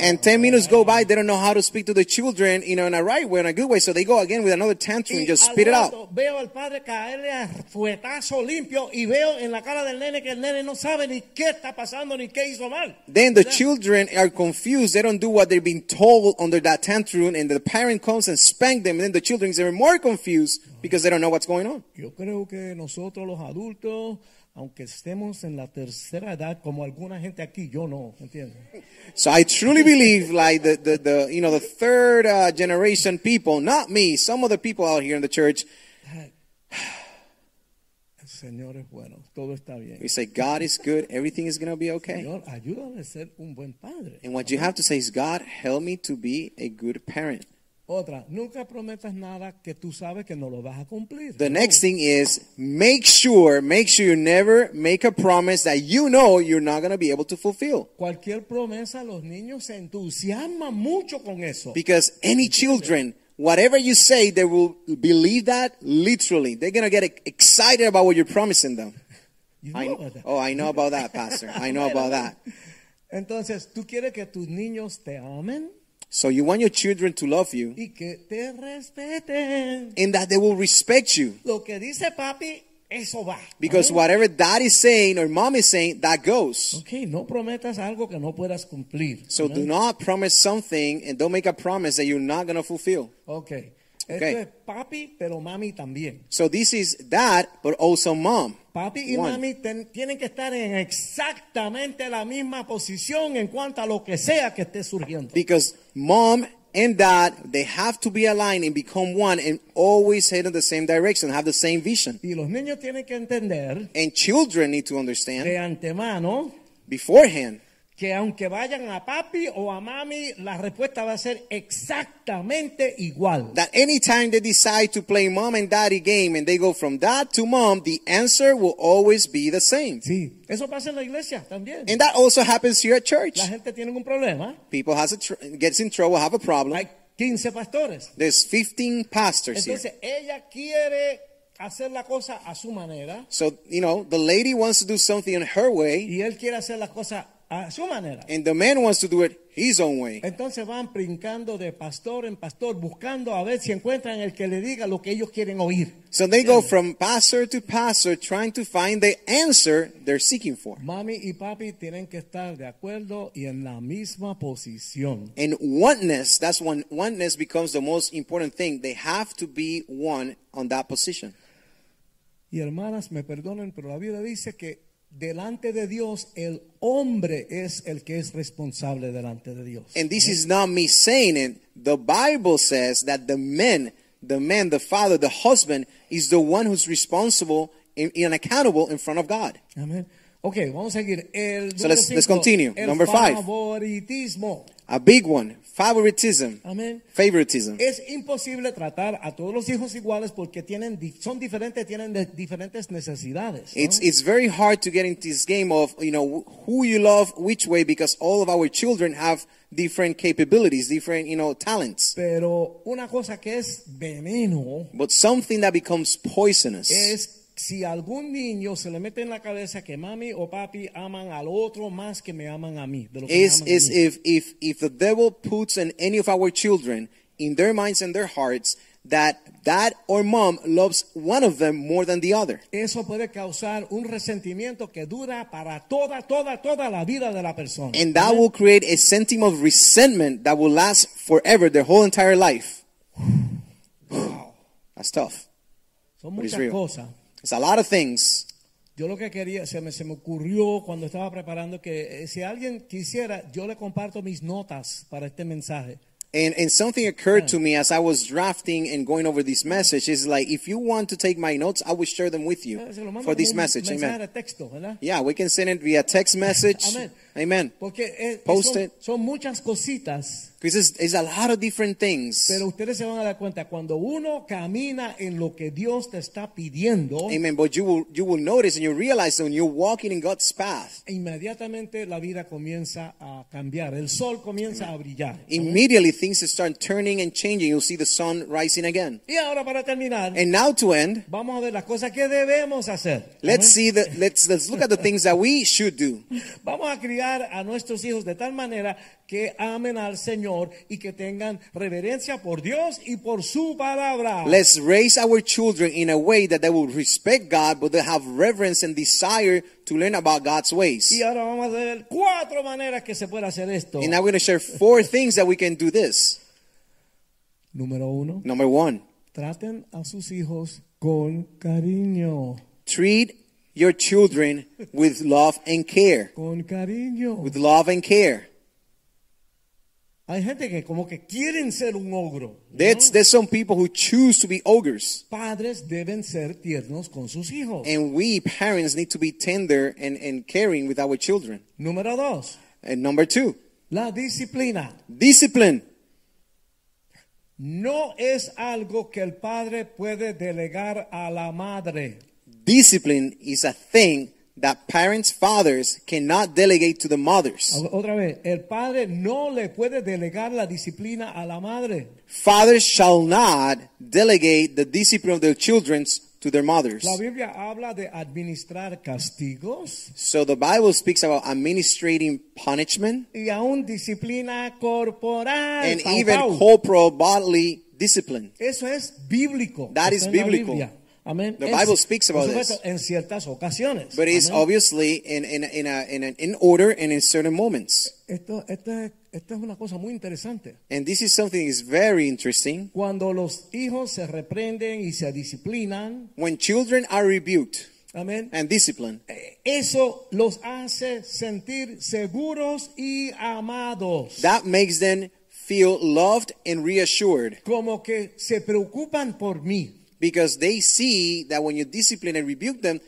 and ten minutes go by, they don't know how to speak to the children, you know, in a right way, in a good way. So they go again with another tantrum,
Y
just
al
spit it out.
rato Veo al padre caerle a fuetazo limpio y veo en la cara del nene que el nene no sabe ni qué está pasando ni qué hizo mal.
Then the
¿Verdad?
children are confused. They don't do what they've been told under that tantrum, and the parent comes and spank them. And then the children are more confused because they don't know what's going on.
Yo creo que nosotros los adultos, aunque estemos en la tercera edad, como alguna gente aquí, yo no, ¿entiendes?
So I truly believe, like the the, the you know the third uh, generation people, not me, some of the people out here in the church,
El Señor es bueno, todo está bien.
we say God is good, everything is gonna be okay.
Señor, ayúdame a ser un buen padre.
And what you have to say is, God, help me to be a good parent.
Otra, nunca prometas nada que tú sabes que no lo vas a cumplir.
The next thing is make sure, make sure you never make a promise that you know you're not gonna be able to fulfill.
Cualquier promesa, los niños se entusiasman mucho con eso.
Because any children, whatever you say, they will believe that literally. They're going to get excited about what you're promising them.
You
I,
know about that.
oh, I know about that, Pastor. I know about that.
Entonces, tú quieres que tus niños te amen
So you want your children to love you
y que te respeten.
and that they will respect you.
Lo que dice papi, eso va.
Because whatever dad is saying or mom is saying, that goes.
Ah, Ok, no prometas algo que no puedas cumplir.
So do not promise something and don't make a promise that you're not going to fulfill.
Ok. Esto
Ok.
es papi, pero mami también.
So this is dad, but also mom.
Papi y
One.
mami ten- tienen que estar en exactamente la misma posición en cuanto a lo que sea que esté surgiendo.
Because mom and dad, they have to be aligned and become one and always head in the same direction, have the same vision.
Y los niños tienen que entender
And children need to understand
de antemano
beforehand
que aunque vayan a papi o a mami, la respuesta va a ser exactamente igual.
that anytime they decide to play mom and daddy game and they go from dad to mom, the answer will always be the same.
Sí, eso pasa en la iglesia también.
And that also happens here at church.
La gente tiene un problema.
People has a tr- gets in trouble, have a problem.
Hay 15 pastores.
There's 15 pastors here.
Entonces ella quiere hacer la cosa a su manera
So, you know, the lady wants to do something in her way
y él quiere hacer las cosas a su manera.
and the man wants to do it his own way.
Entonces van brincando de pastor en pastor, buscando a ver si encuentran el que le diga lo que ellos quieren oír.
So they go from pastor to pastor trying to find the answer they're seeking for.
Mami y papi tienen que estar de acuerdo y en la misma posición.
And oneness, that's when oneness becomes the most important thing. They have to be one on that position.
Y hermanas, me perdonen, pero la Biblia dice que delante de Dios el hombre es el que es responsable delante de Dios.
And this is not me saying it. The Bible says that the men, the man, the father, the husband is the one who's responsible and, and accountable in front of God.
Amén. Ok, vamos a seguir. El
So
número
let's- let's
cinco,
continue.
el
Number five.
Favoritismo.
A big one, favoritism.
Amén.
Favoritism.
Es imposible tratar a todos los hijos iguales porque tienen, di- son diferentes, tienen de- diferentes necesidades. ¿no?
It's it's very hard to get into this game of you know who you love which way because all of our children have different capabilities, different you know talents.
Pero una cosa que es veneno
But something that becomes poisonous
es si algún niño se le mete en la cabeza que mami o papi aman al otro más que me aman a mí. De lo que me
is
aman a
is
mí.
if if if the devil puts in any of our children in their minds and their hearts that dad or mom loves one of them more than the other.
Eso puede causar un resentimiento que dura para toda, toda, toda la vida de la persona.
And that will create a sentiment of resentment that will last forever, their whole entire life. That's tough.
Son
but it's
muchas
real.
cosas.
It's a lot of things.
Yo lo que quería, se me, se me ocurrió cuando estaba preparando que eh, si alguien quisiera, yo le comparto mis notas para este mensaje.
And, and something occurred
Hmm.
to me as I was drafting and going over this message is like, if you want to take my notes, I will share them with you
Eh, se lo mando
for this
como un
message.
mensaje
Amen.
de texto, ¿verdad?
Yeah, we can send it via text message.
Amen.
Amen.
Porque eh,
Post
son,
it.
son muchas cositas,
Because it's, it's a lot of different things.
pero ustedes se van a dar cuenta, cuando uno camina en lo que Dios te está pidiendo,
Amen. But you will, you will notice and you realize that when you're walking in God's path,
inmediatamente la vida comienza a cambiar, el sol comienza a brillar.
immediately things start turning and changing, you'll see the sun rising again.
Y ahora para terminar,
And now to end,
vamos a ver las cosas que debemos hacer.
let's see the let's let's look at the things that we should do.
Vamos a criar a nuestros hijos de tal manera que amen al Señor y que tengan reverencia por Dios y por su palabra.
Let's raise our children in a way that they will respect God, but they have reverence and desire to learn about God's ways.
y ahora vamos a ver cuatro maneras que se puede hacer esto.
And now we're going to share four things that we can do this.
Número uno,
Number one,
traten a sus hijos con cariño,
treat your children with love and care.
con cariño.
With love and care.
Hay gente que como que quieren ser un ogro. ¿no?
That's, there's some people who choose to be ogres.
Padres deben ser tiernos con sus hijos.
And we parents need to be tender and, and caring with our children.
Número dos,
And number two,
la disciplina.
discipline.
No es algo que el padre puede delegar a la madre.
Discipline is a thing that parents, fathers cannot delegate to the mothers.
O- Otra vez, el padre no le puede delegar la disciplina a la madre.
Fathers shall not delegate the discipline of their children to their mothers.
La Biblia habla de administrar castigos
So the Bible speaks about administrating punishment
y aún disciplina corporal.
and
Pau,
even
pau.
corporal bodily discipline.
Eso es bíblico.
That is
Está en la
biblical.
Biblia. Amén.
The
En-
Bible speaks
por
about
supuesto,
this.
en ciertas ocasiones.
But it's
Amén.
obviously in, in, in, a, in, an in order and in certain moments.
Esto, esto es- esto es una cosa muy interesante.
And this is something that is very interesting.
Cuando los hijos se reprenden y se disciplinan,
When children are rebuked
amén,
and disciplined,
eh, eso los hace sentir seguros y amados.
that makes them feel loved and reassured
como que se preocupan por mí.
because they see that when you discipline and rebuke them,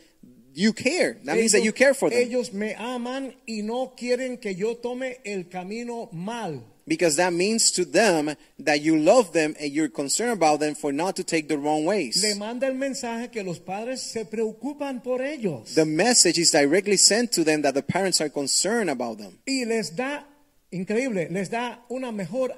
you care. That means that
Ellos-
you care for them.
Ellos me aman y no quieren que yo tome el camino mal.
Because that means to them that you love them and you're concerned about them for not to take the wrong
Le
ways.
manda el mensaje que los padres se preocupan por ellos
The message is directly sent to them that the parents are concerned about them.
y les da increíble, les da una mejor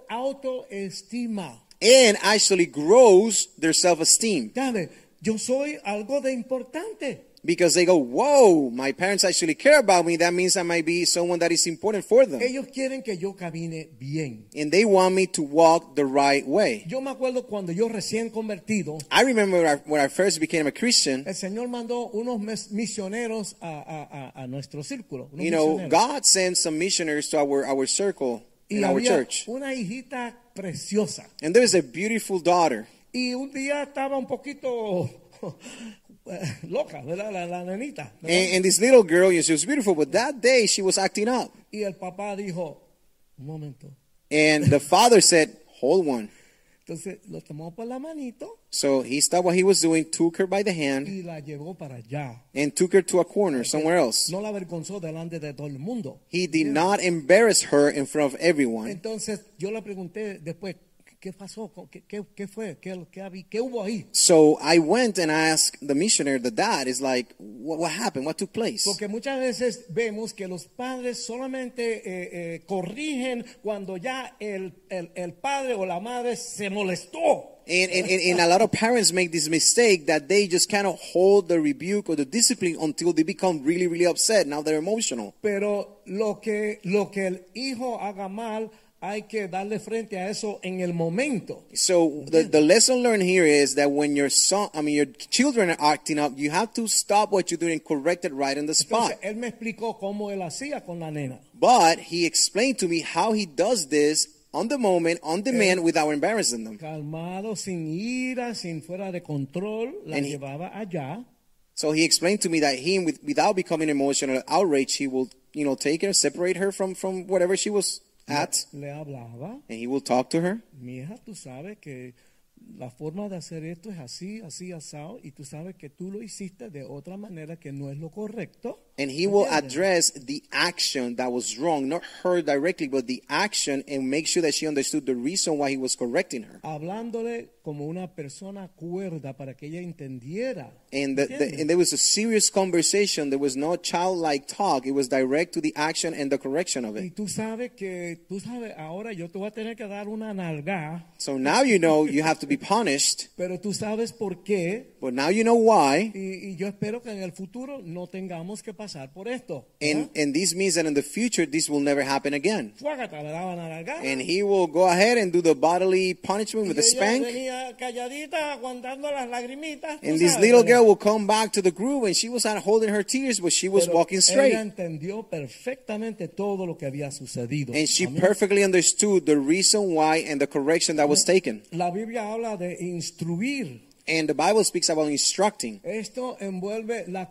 autoestima.
And actually grows their self esteem
Dame, yo soy algo de importante.
because they go, Whoa, my parents actually care about me. That means I might be someone that is important for them.
Ellos quieren que yo camine bien.
And they want me to walk the right way.
Yo me acuerdo cuando yo recién convertido,
I remember when I, when I first became a Christian,
El Señor mandó unos mes- misioneros a, a- a- a nuestro círculo. unos
you know,
misioneros.
God sent some missionaries to our, our circle
y
in our
había
church.
una hijita preciosa.
And there's a beautiful daughter.
Y un día estaba un poquito eh, loca, ¿verdad? La, la nenita. ¿verdad?
And, and this little girl, yes, she was beautiful, but that day she was acting up.
y el papá dijo, un momento.
And the father said, Hold one.
Entonces lo tomó por la manito
So he stopped what he was doing, took her by the hand,
y la llevó para allá.
and took her to a corner somewhere else.
No la avergonzó delante de todo el mundo.
He did not embarrass her in front of everyone.
Entonces yo le pregunté después, ¿qué pasó? ¿Qué, qué, qué fue? ¿Qué, qué, habí- ¿Qué hubo ahí?
So I went and I asked the missionary, the dad, is like, what, what happened? What took place?
Porque muchas veces vemos que los padres solamente eh, eh, corrigen cuando ya el, el- el padre o la madre se molestó.
And, and, and, and a lot of parents make this mistake that they just kind of hold the rebuke or the discipline until they become really, really upset. Now they're emotional.
Pero lo que, lo que el hijo haga mal, hay que darle frente a eso en el momento.
So the, the lesson learned here is that when your son, I mean your children are acting up, you have to stop what you're doing and correct it right on the spot.
Entonces, él me explicó cómo él hacía con la nena.
But he explained to me how he does this on the moment, on demand, without embarrassing them.
Calmado, sin ira, sin fuera de control, la
And he-
llevaba allá.
So he explained to me that he, with, without becoming emotional outraged, he will, you know, take her, separate her from from whatever she was at,
Le hablaba.
and he will talk to her.
Mi hija, tú sabes que la forma de hacer esto es así, así, asado, y tú sabes que tú lo hiciste de otra manera que no es lo correcto.
And he will
¿Entiendes?
address the action that was wrong, not her directly, but the action, and make sure that she understood the reason why he was correcting her.
hablándole como una persona cuerda para que ella entendiera.
And, the, the,
¿Entiendes?
and there was a serious conversation. There was no childlike talk. It was direct to the action and the correction of
y
it.
tú sabes que, tú sabes, ahora yo te voy a tener que dar una nalga,
So now you know you have to be punished,
pero tú sabes por qué.
but now you know why.
Y, y yo espero que en el futuro no tengamos que pasar por esto.
And,
¿verdad?
and this means that in the future, this will never happen again.
Fuágata, le daban a nalgada.
And he will go ahead and do the bodily punishment with
Y
a
ella
spank.
venía calladita, aguantando las lagrimitas. tú
And this
sabes,
little
¿verdad?
girl will come back to the groove, and she was not holding her tears, but she was
Pero
walking
Ella
straight.
entendió perfectamente todo lo que había sucedido.
And she
Amén.
perfectly understood the reason why and the correction that was taken.
La Biblia habla de instruir.
And the Bible speaks about instructing.
Esto envuelve la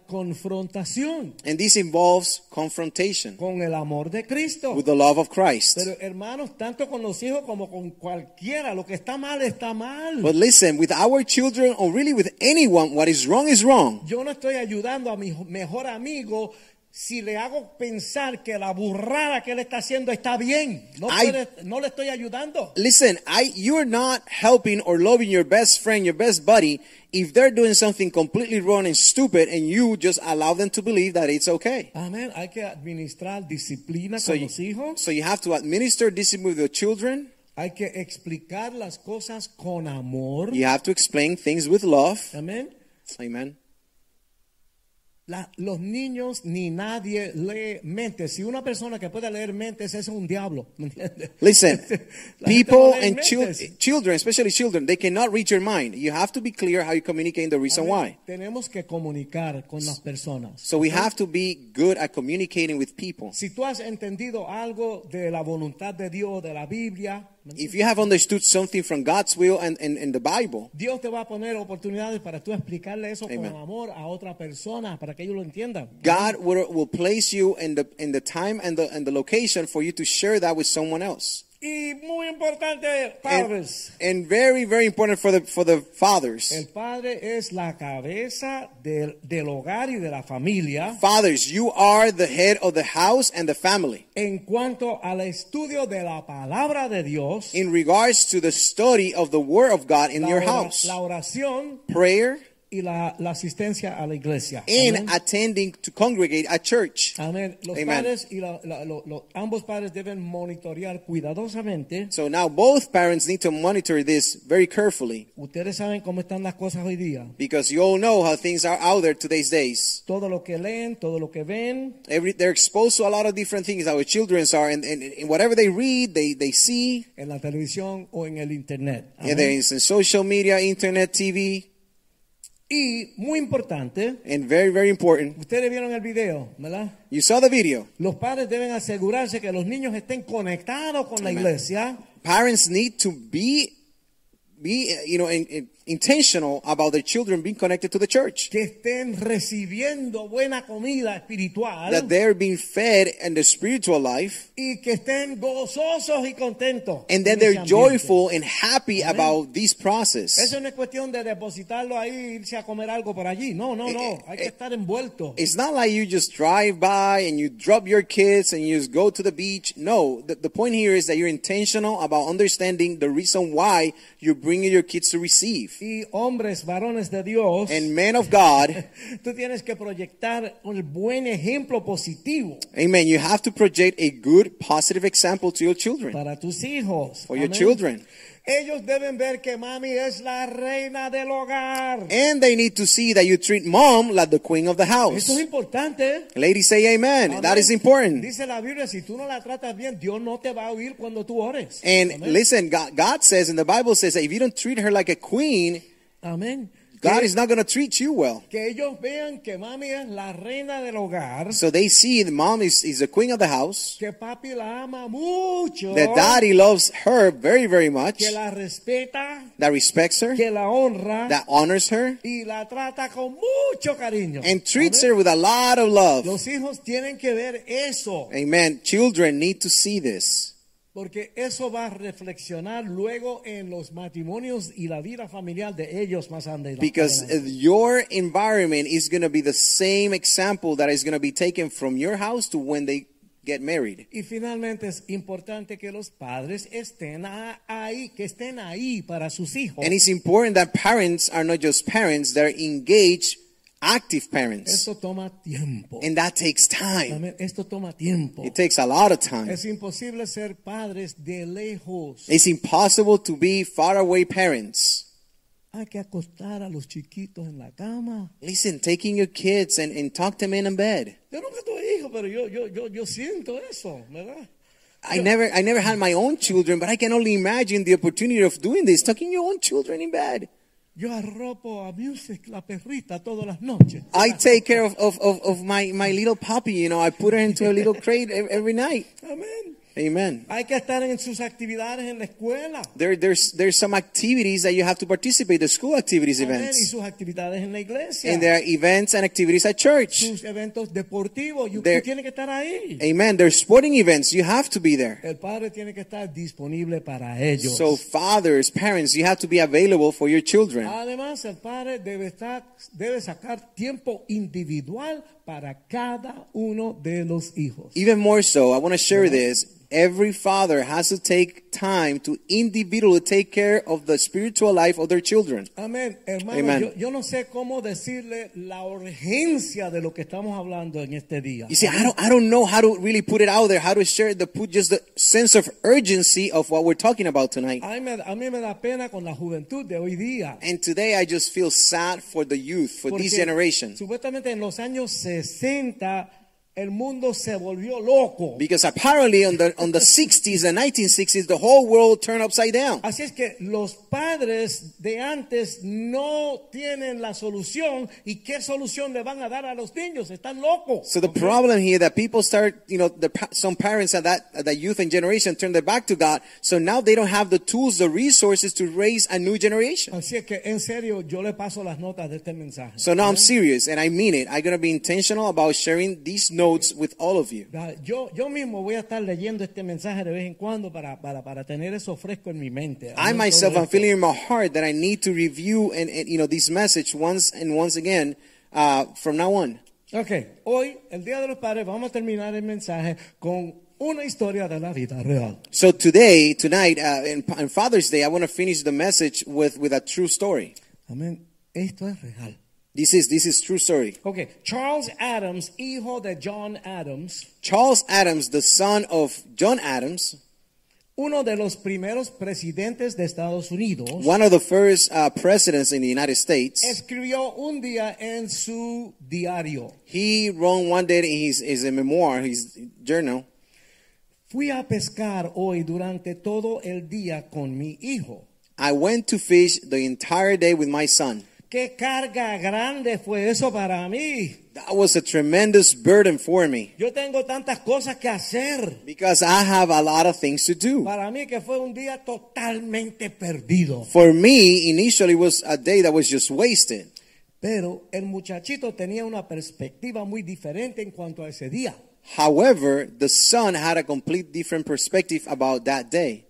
confrontación
And this involves confrontation
con el amor de Cristo.
with the love of Christ.
Oh. Pero hermanos, tanto con los hijos como con cualquiera, lo que está mal está mal.
But listen, with our children, or really with anyone, what is wrong is wrong.
Yo no estoy ayudando a mi jo- mejor amigo si le hago pensar que la burrada que él está haciendo está bien. No,
Ay.
puede- no le estoy ayudando.
Listen, I you're not helping or loving your best friend, your best buddy, if they're doing something completely wrong and stupid, and you just allow them to believe that it's okay.
Amén. Hay que administrar disciplina
So
con
you,
los hijos.
so you have to administer discipline with your children.
Hay que explicar las cosas con amor.
You have to explain things with love.
Amén.
Amen.
La- los niños ni nadie lee mentes. Si una persona que puede leer mentes es un diablo. ¿me entiendes?
Listen,
La gente
people
no lee
and chil-
mentes.
children, especially children, they cannot read your mind. You have to be clear how you communicate the reason why.
Tenemos que comunicar con las personas.
So we have to be good at communicating with people.
si tú has entendido algo de la voluntad de Dios, de la Biblia,
If you have understood something from God's will and, and, and the Bible,
Dios te va a poner oportunidades para tú explicarle eso
Amen.
con amor a otra persona para que ellos lo entiendan.
God will, will place you in the in the time and the and the location for you to share that with someone else.
Y muy importante,
And,
padres.
and very very important for the for the
El
fathers.
padre es la cabeza del, del hogar y de la familia
Fathers, you are the head of the house and the family.
en cuanto al estudio de la palabra de Dios,
In regards to the study of the word of God in
la,
your
ora-
house,
la oración
prayer,
y la, la asistencia a la iglesia.
and
Amén.
attending to congregate at church.
Amén. Los
Amen.
padres y la- la- lo- lo- ambos padres deben monitorear cuidadosamente.
So now both parents need to monitor this very carefully
Ustedes saben cómo están las cosas hoy día.
because you all know how things are out there today's days.
Todo lo que leen, todo lo que ven,
Every, they're exposed to a lot of different things. Our childrens are, and, and, and whatever they read, they, they see,
en la televisión o en el internet. Amén.
and there is in social media, internet, TV,
Y muy importante,
and very, very important.
ustedes vieron el video, ¿verdad?
You saw the video.
Los padres deben asegurarse que los niños estén conectados con la
Amen.
iglesia
Parents need to be, be you know, in, in- intentional about their children being connected to the church.
que estén recibiendo buena comida espiritual
That they're being fed in the spiritual life,
y que estén gozosos y contentos.
and that
en ese
they're
ambiente.
joyful and happy
Amen.
about this process.
Eso no es cuestión de depositarlo ahí e irse a comer algo por allí. No, no,
Eh, eh,
no. Hay que
eh,
estar envuelto.
It's not like you just drive by and you drop your kids and you just go to the beach. No, the, the point here is that you're intentional about understanding the reason why you're bringing your kids to receive.
Y hombres, varones de Dios,
And men of God,
tú tienes que proyectar el buen ejemplo positivo
amen, you have to project a good, positive example to your children,
para tus hijos.
for your
Amén.
children.
Ellos deben ver que mami es la reina del hogar.
And they need to see that you treat mom like the queen of the house.
Eso es importante.
Ladies say amen. That
Amén.
is important.
Dice la Biblia, si tú no la tratas bien, Dios no te va a oír cuando tú ores.
And
Amén.
listen, God, God says, and the Bible says that if you don't treat her like a queen,
Amén.
God
Que-
is not going to treat you well.
que ellos vean que mami es la reina del hogar.
So they see the mom is, is the queen of the house,
que papi la ama mucho,
that daddy loves her very, very much,
que la respeta,
that respects her,
que la honra
that honors her,
y la trata con mucho cariño.
and treats her
Amén.
with a lot of love.
Los hijos tienen que ver eso.
Amen. Children need to see this.
Porque eso va a reflexionar luego en los matrimonios y la vida familiar de ellos más adelante.
Because uh, your environment is going to be the same example that is going to be taken from your house to when they get married.
y finalmente es importante que los padres estén a- ahí, que estén ahí para sus hijos.
And it's important that parents are not just parents, they're engaged, active parents.
Esto toma tiempo.
And that takes time.
Amén. Esto toma tiempo.
It takes a lot of time.
Es imposible ser padres de lejos.
It's impossible to be faraway parents.
Hay que acostar a los chiquitos en la cama.
Listen, taking your kids and, and tuck them in in bed.
Yo nunca tuve hijos, pero yo, yo, yo, yo siento eso, ¿verdad?
I never, I never had my own children, but I can only imagine the opportunity of doing this, tucking your own children in bed.
Yo arropo a Music, la perrita, todas las noches.
I take care of, of, of, of my, my little puppy, you know, I put her into a little crate ev- every night.
Amén.
Amen.
Hay que estar en sus actividades en la escuela.
There, there's, there's some activities that you have to participate, the school activities
Amén. Y
events.
sus actividades en la iglesia.
And there are events and activities at church.
sus eventos deportivos. Y
There-
usted tiene que estar ahí.
Amen. There's sporting events. You have to be there.
El padre tiene que estar disponible para ellos.
So fathers, parents, you have to be available for your children.
Además, el padre debe, estar, debe sacar tiempo individual para cada uno de los hijos.
Even more so, I want to share this. Every father has to take time to individually take care of the spiritual life of their children.
Amén, hermano.
Amen.
Yo, yo no sé cómo decirle la urgencia de lo que estamos hablando en este día.
You see, I don't, I don't know how to really put it out there, how to share the put just the sense of urgency of what we're talking about tonight.
A mí, me, a mí me da pena con la juventud de hoy día.
And today, I just feel sad for the youth, for
Porque
this generation,
Supuestamente en los años 60 el mundo se volvió loco.
because apparently, on the on the 60s and 1960s, the whole world turned upside down.
Así es que los padres de antes no tienen la solución y qué solución le van a dar a los niños, están locos.
So the problem here that people start, you know, the, pa- some parents at that at that youth and generation turn their back to God. So now they don't have the tools, the resources to raise a new generation.
Así es que en serio yo le paso las notas de este mensaje.
So now I'm serious and I mean it. I'm gonna be intentional about sharing these notes with all of you.
Da- Yo, yo mismo voy a estar leyendo este mensaje de vez en cuando para, para, para tener eso fresco en mi mente.
I
Amén,
myself,
todo
I'm
esto.
feeling in my heart that I need to review and, and you know this message once and once again uh, from now on.
Ok, hoy, el Día de los Padres, vamos a terminar el mensaje con una historia de la vida real.
So today, tonight, uh, in, on Father's Day, I want to finish the message with with a true story.
Amén, esto es real.
This is this is true story.
Ok, Charles Adams, hijo de John Adams,
Charles Adams, the son of John Adams,
uno de los primeros presidentes de Estados Unidos,
one of the first uh, presidents in the United States,
escribió un día en su diario,
he wrote one day in his, his memoir, his journal,
fui a pescar hoy durante todo el día con mi hijo.
I went to fish the entire day with my son.
Qué carga grande fue eso para mí.
That was a tremendous burden for me
Yo tengo tantas cosas que hacer.
because I have a lot of things to do.
Para mí que fue un día totalmente perdido.
For me, initially it was a day that was just wasted.
Pero el muchachito tenía una perspectiva muy diferente en cuanto a ese día.
However, the son had a complete different perspective about that day.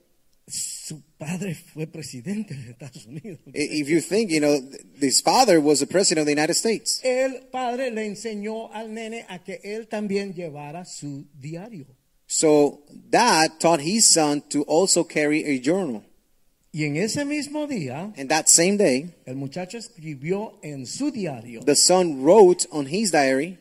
Su padre fue presidente de Estados Unidos.
I- If you think, you know, th- his father was the president of the United States.
El padre le enseñó al nene a que él también llevara su diario.
So dad taught his son to also carry a journal.
Y en ese mismo día,
And that same day,
el muchacho escribió en su diario,
the son wrote on his diary,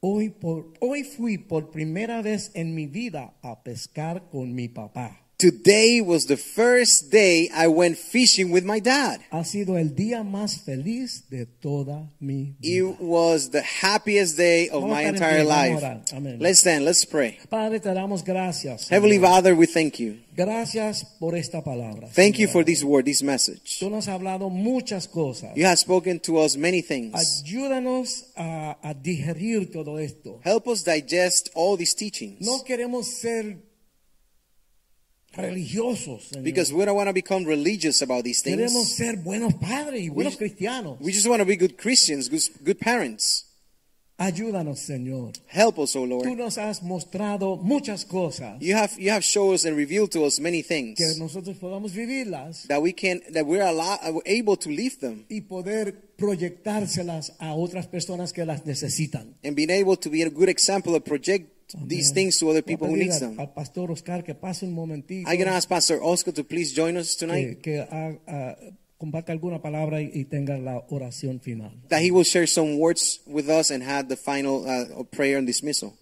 hoy, por, hoy fui por primera vez en mi vida a pescar con mi papá.
Today was the first day I went fishing with my dad.
Ha sido el día más feliz de toda mi vida.
It was the happiest day of
Vamos
my
a estar en
entire
pie, vamos
life.
a orar. Amén.
Let's stand, let's pray.
Padre, te damos gracias.
Heavenly
Señor.
Father, we thank you.
Gracias por esta palabra.
Thank you
Señor.
for this word, this message.
Tú nos has hablado muchas cosas.
You have spoken to us many things.
Ayúdanos a, a digerir todo esto.
Help us digest all these teachings
No queremos ser religiosos, Señor.
because we don't want to become religious about these
queremos
things.
ser buenos padres y buenos cristianos.
We just want to be good Christians, good, good parents.
Ayúdanos, Señor.
Help us, O
Tú
Lord.
nos has mostrado muchas cosas
You have you have showed us and revealed to us many things
que nosotros podamos vivirlas
that we can that we're allo- able to leave them
y poder proyectárselas a otras personas que las necesitan.
and being able to be a good example of project these things to other people who
Voy a pedir
needs
al-
them.
Al pastor Oscar que pase un momentito.
I'm gonna ask Pastor Oscar to please join us tonight.
que, que ha- ha- comparta alguna palabra y, y tenga la oración final.
That he will share some words with us and have the final uh, prayer and dismissal.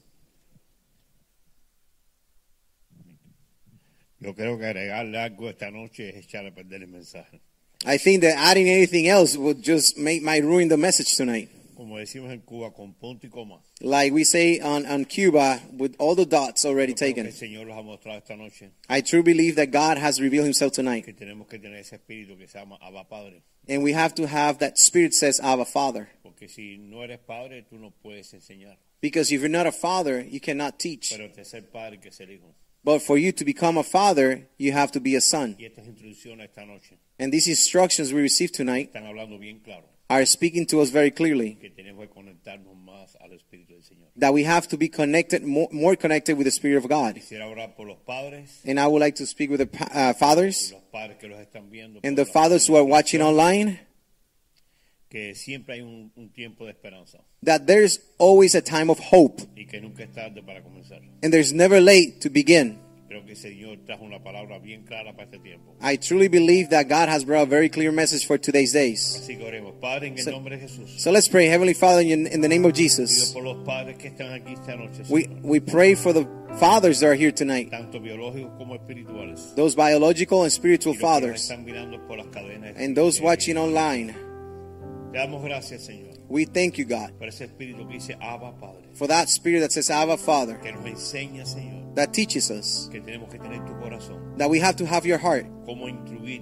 Yo creo que agregarle algo esta noche es echar a perder el mensaje.
I think that adding anything else would just make might ruin the message tonight.
Como decimos en Cuba, con punto y coma.
Like we say on, on Cuba, with all the dots already
Yo creo que
taken.
el Señor los ha mostrado esta noche
I truly believe that God has revealed himself tonight.
que tenemos que tener ese espíritu que se llama Abba Padre.
And we have to have that spirit says, Abba, Father.
Porque si no eres padre, tú no puedes enseñar.
Because if you're not a father, you cannot teach.
Pero el tercer padre que es el hijo.
But for you to become a father, you have to be a son.
Y estas introducciones esta noche
And these instructions we receive tonight
están hablando bien claro
are speaking to us very clearly
que tenemos que conectarnos más al Espíritu del Señor.
that we have to be connected, more, more connected with the Spirit of God.
Quisiera orar por los padres
And I would like to speak with the pa- uh,
y
fathers
los padres que los están viendo.
and
por
the
la-
fathers who are watching online
Que siempre hay un, un tiempo de esperanza
that there's always a time of hope
y que nunca es tarde para comenzar.
and there's never late to begin.
Creo que el Señor trajo una palabra bien clara para este tiempo.
I truly believe that God has brought a very clear message for today's days.
Así que oremos, Padre, en el
So-
nombre de Jesús.
So let's pray, Heavenly Father, in, your- in the name of
Pido
Jesus.
por los padres que están aquí esta noche,
We,
Señor,
we pray for the fathers that are here tonight,
tanto biológicos como espirituales.
those biological and
Y
spiritual
los que nos
fathers,
están mirando por las cadenas.
and those
Eh,
watching online.
Te damos gracias, Señor,
We thank you, God,
por ese espíritu que dice Abba, Padre.
for that spirit that says, Abba, Father,
Que nos enseña, Señor,
that teaches us
que tenemos que tener tu corazón.
that we have to have your heart,
Cómo instruir,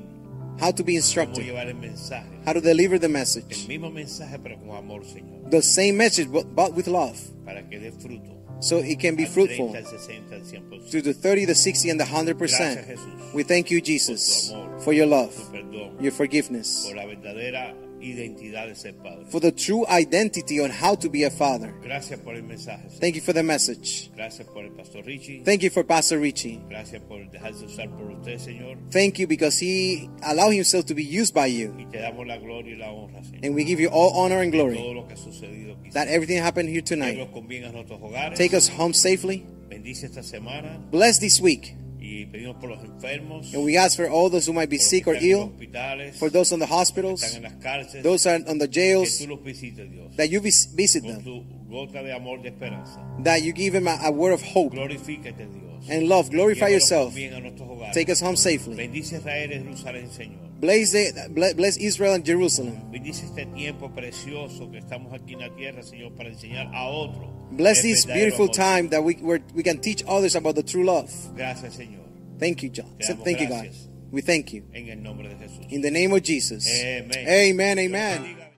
how to be
cómo
instructed,
llevar el mensaje.
how to deliver the
El
message.
mismo mensaje, pero con amor, Señor.
The same message, but, but with love,
Para que dé fruto.
so it can be
al 30,
fruitful
al 60, al 100%.
to the 30, the 60, and the
Gracias,
100%.
Jesús.
We thank you,
Por
Jesus,
tu amor,
for your love,
tu perdón,
your forgiveness,
por la verdadera identidad de ser padre.
for the true identity on how to be a father.
Gracias por el mensaje. Señor.
Thank you for the message.
Gracias por el pastor Richie.
Thank you for Pastor Richie.
Gracias por dejarse usar por usted, Señor.
Thank you because he allowed himself to be used by you.
Y te damos la gloria y la honra, Señor.
And we give you all honor and
Todo
glory
lo que ha sucedido aquí.
that everything happened here
Llevos
tonight.
con bien a nuestros hogares.
Take us home safely.
Bendice esta semana.
Bless this week.
Y pedimos por los enfermos.
And we ask for all those who might be
por los
sick
que
or
están en los
ill,
hospitales,
for those on the
que
hospitals,
están en las cárceles.
those are on the
que
jails,
tú los visites, Dios.
that you vis- visit
Con
them,
tu gota de amor, de esperanza.
that you give them a, a word of hope
Glorifícate, Dios.
and love. Glorify
Llévalos con
yourself.
bien a nuestros hogares.
Take us home safely.
Bendice Israel y Jerusalén, Señor.
Bless, the, ble- bless Israel and Jerusalem.
Bendice este tiempo precioso que estamos aquí en la tierra, Señor, para enseñar a otros.
Bless
el
this
verdadero
beautiful
amor.
time that we, we're, we can teach others about the true love.
Gracias, Señor,
Thank you, John.
Te
So
damos
Thank you, God.
gracias.
We thank you.
en el nombre de Jesús.
In the name of Jesus.
Amén.
Amen.
Dios te
Amen.
bendiga.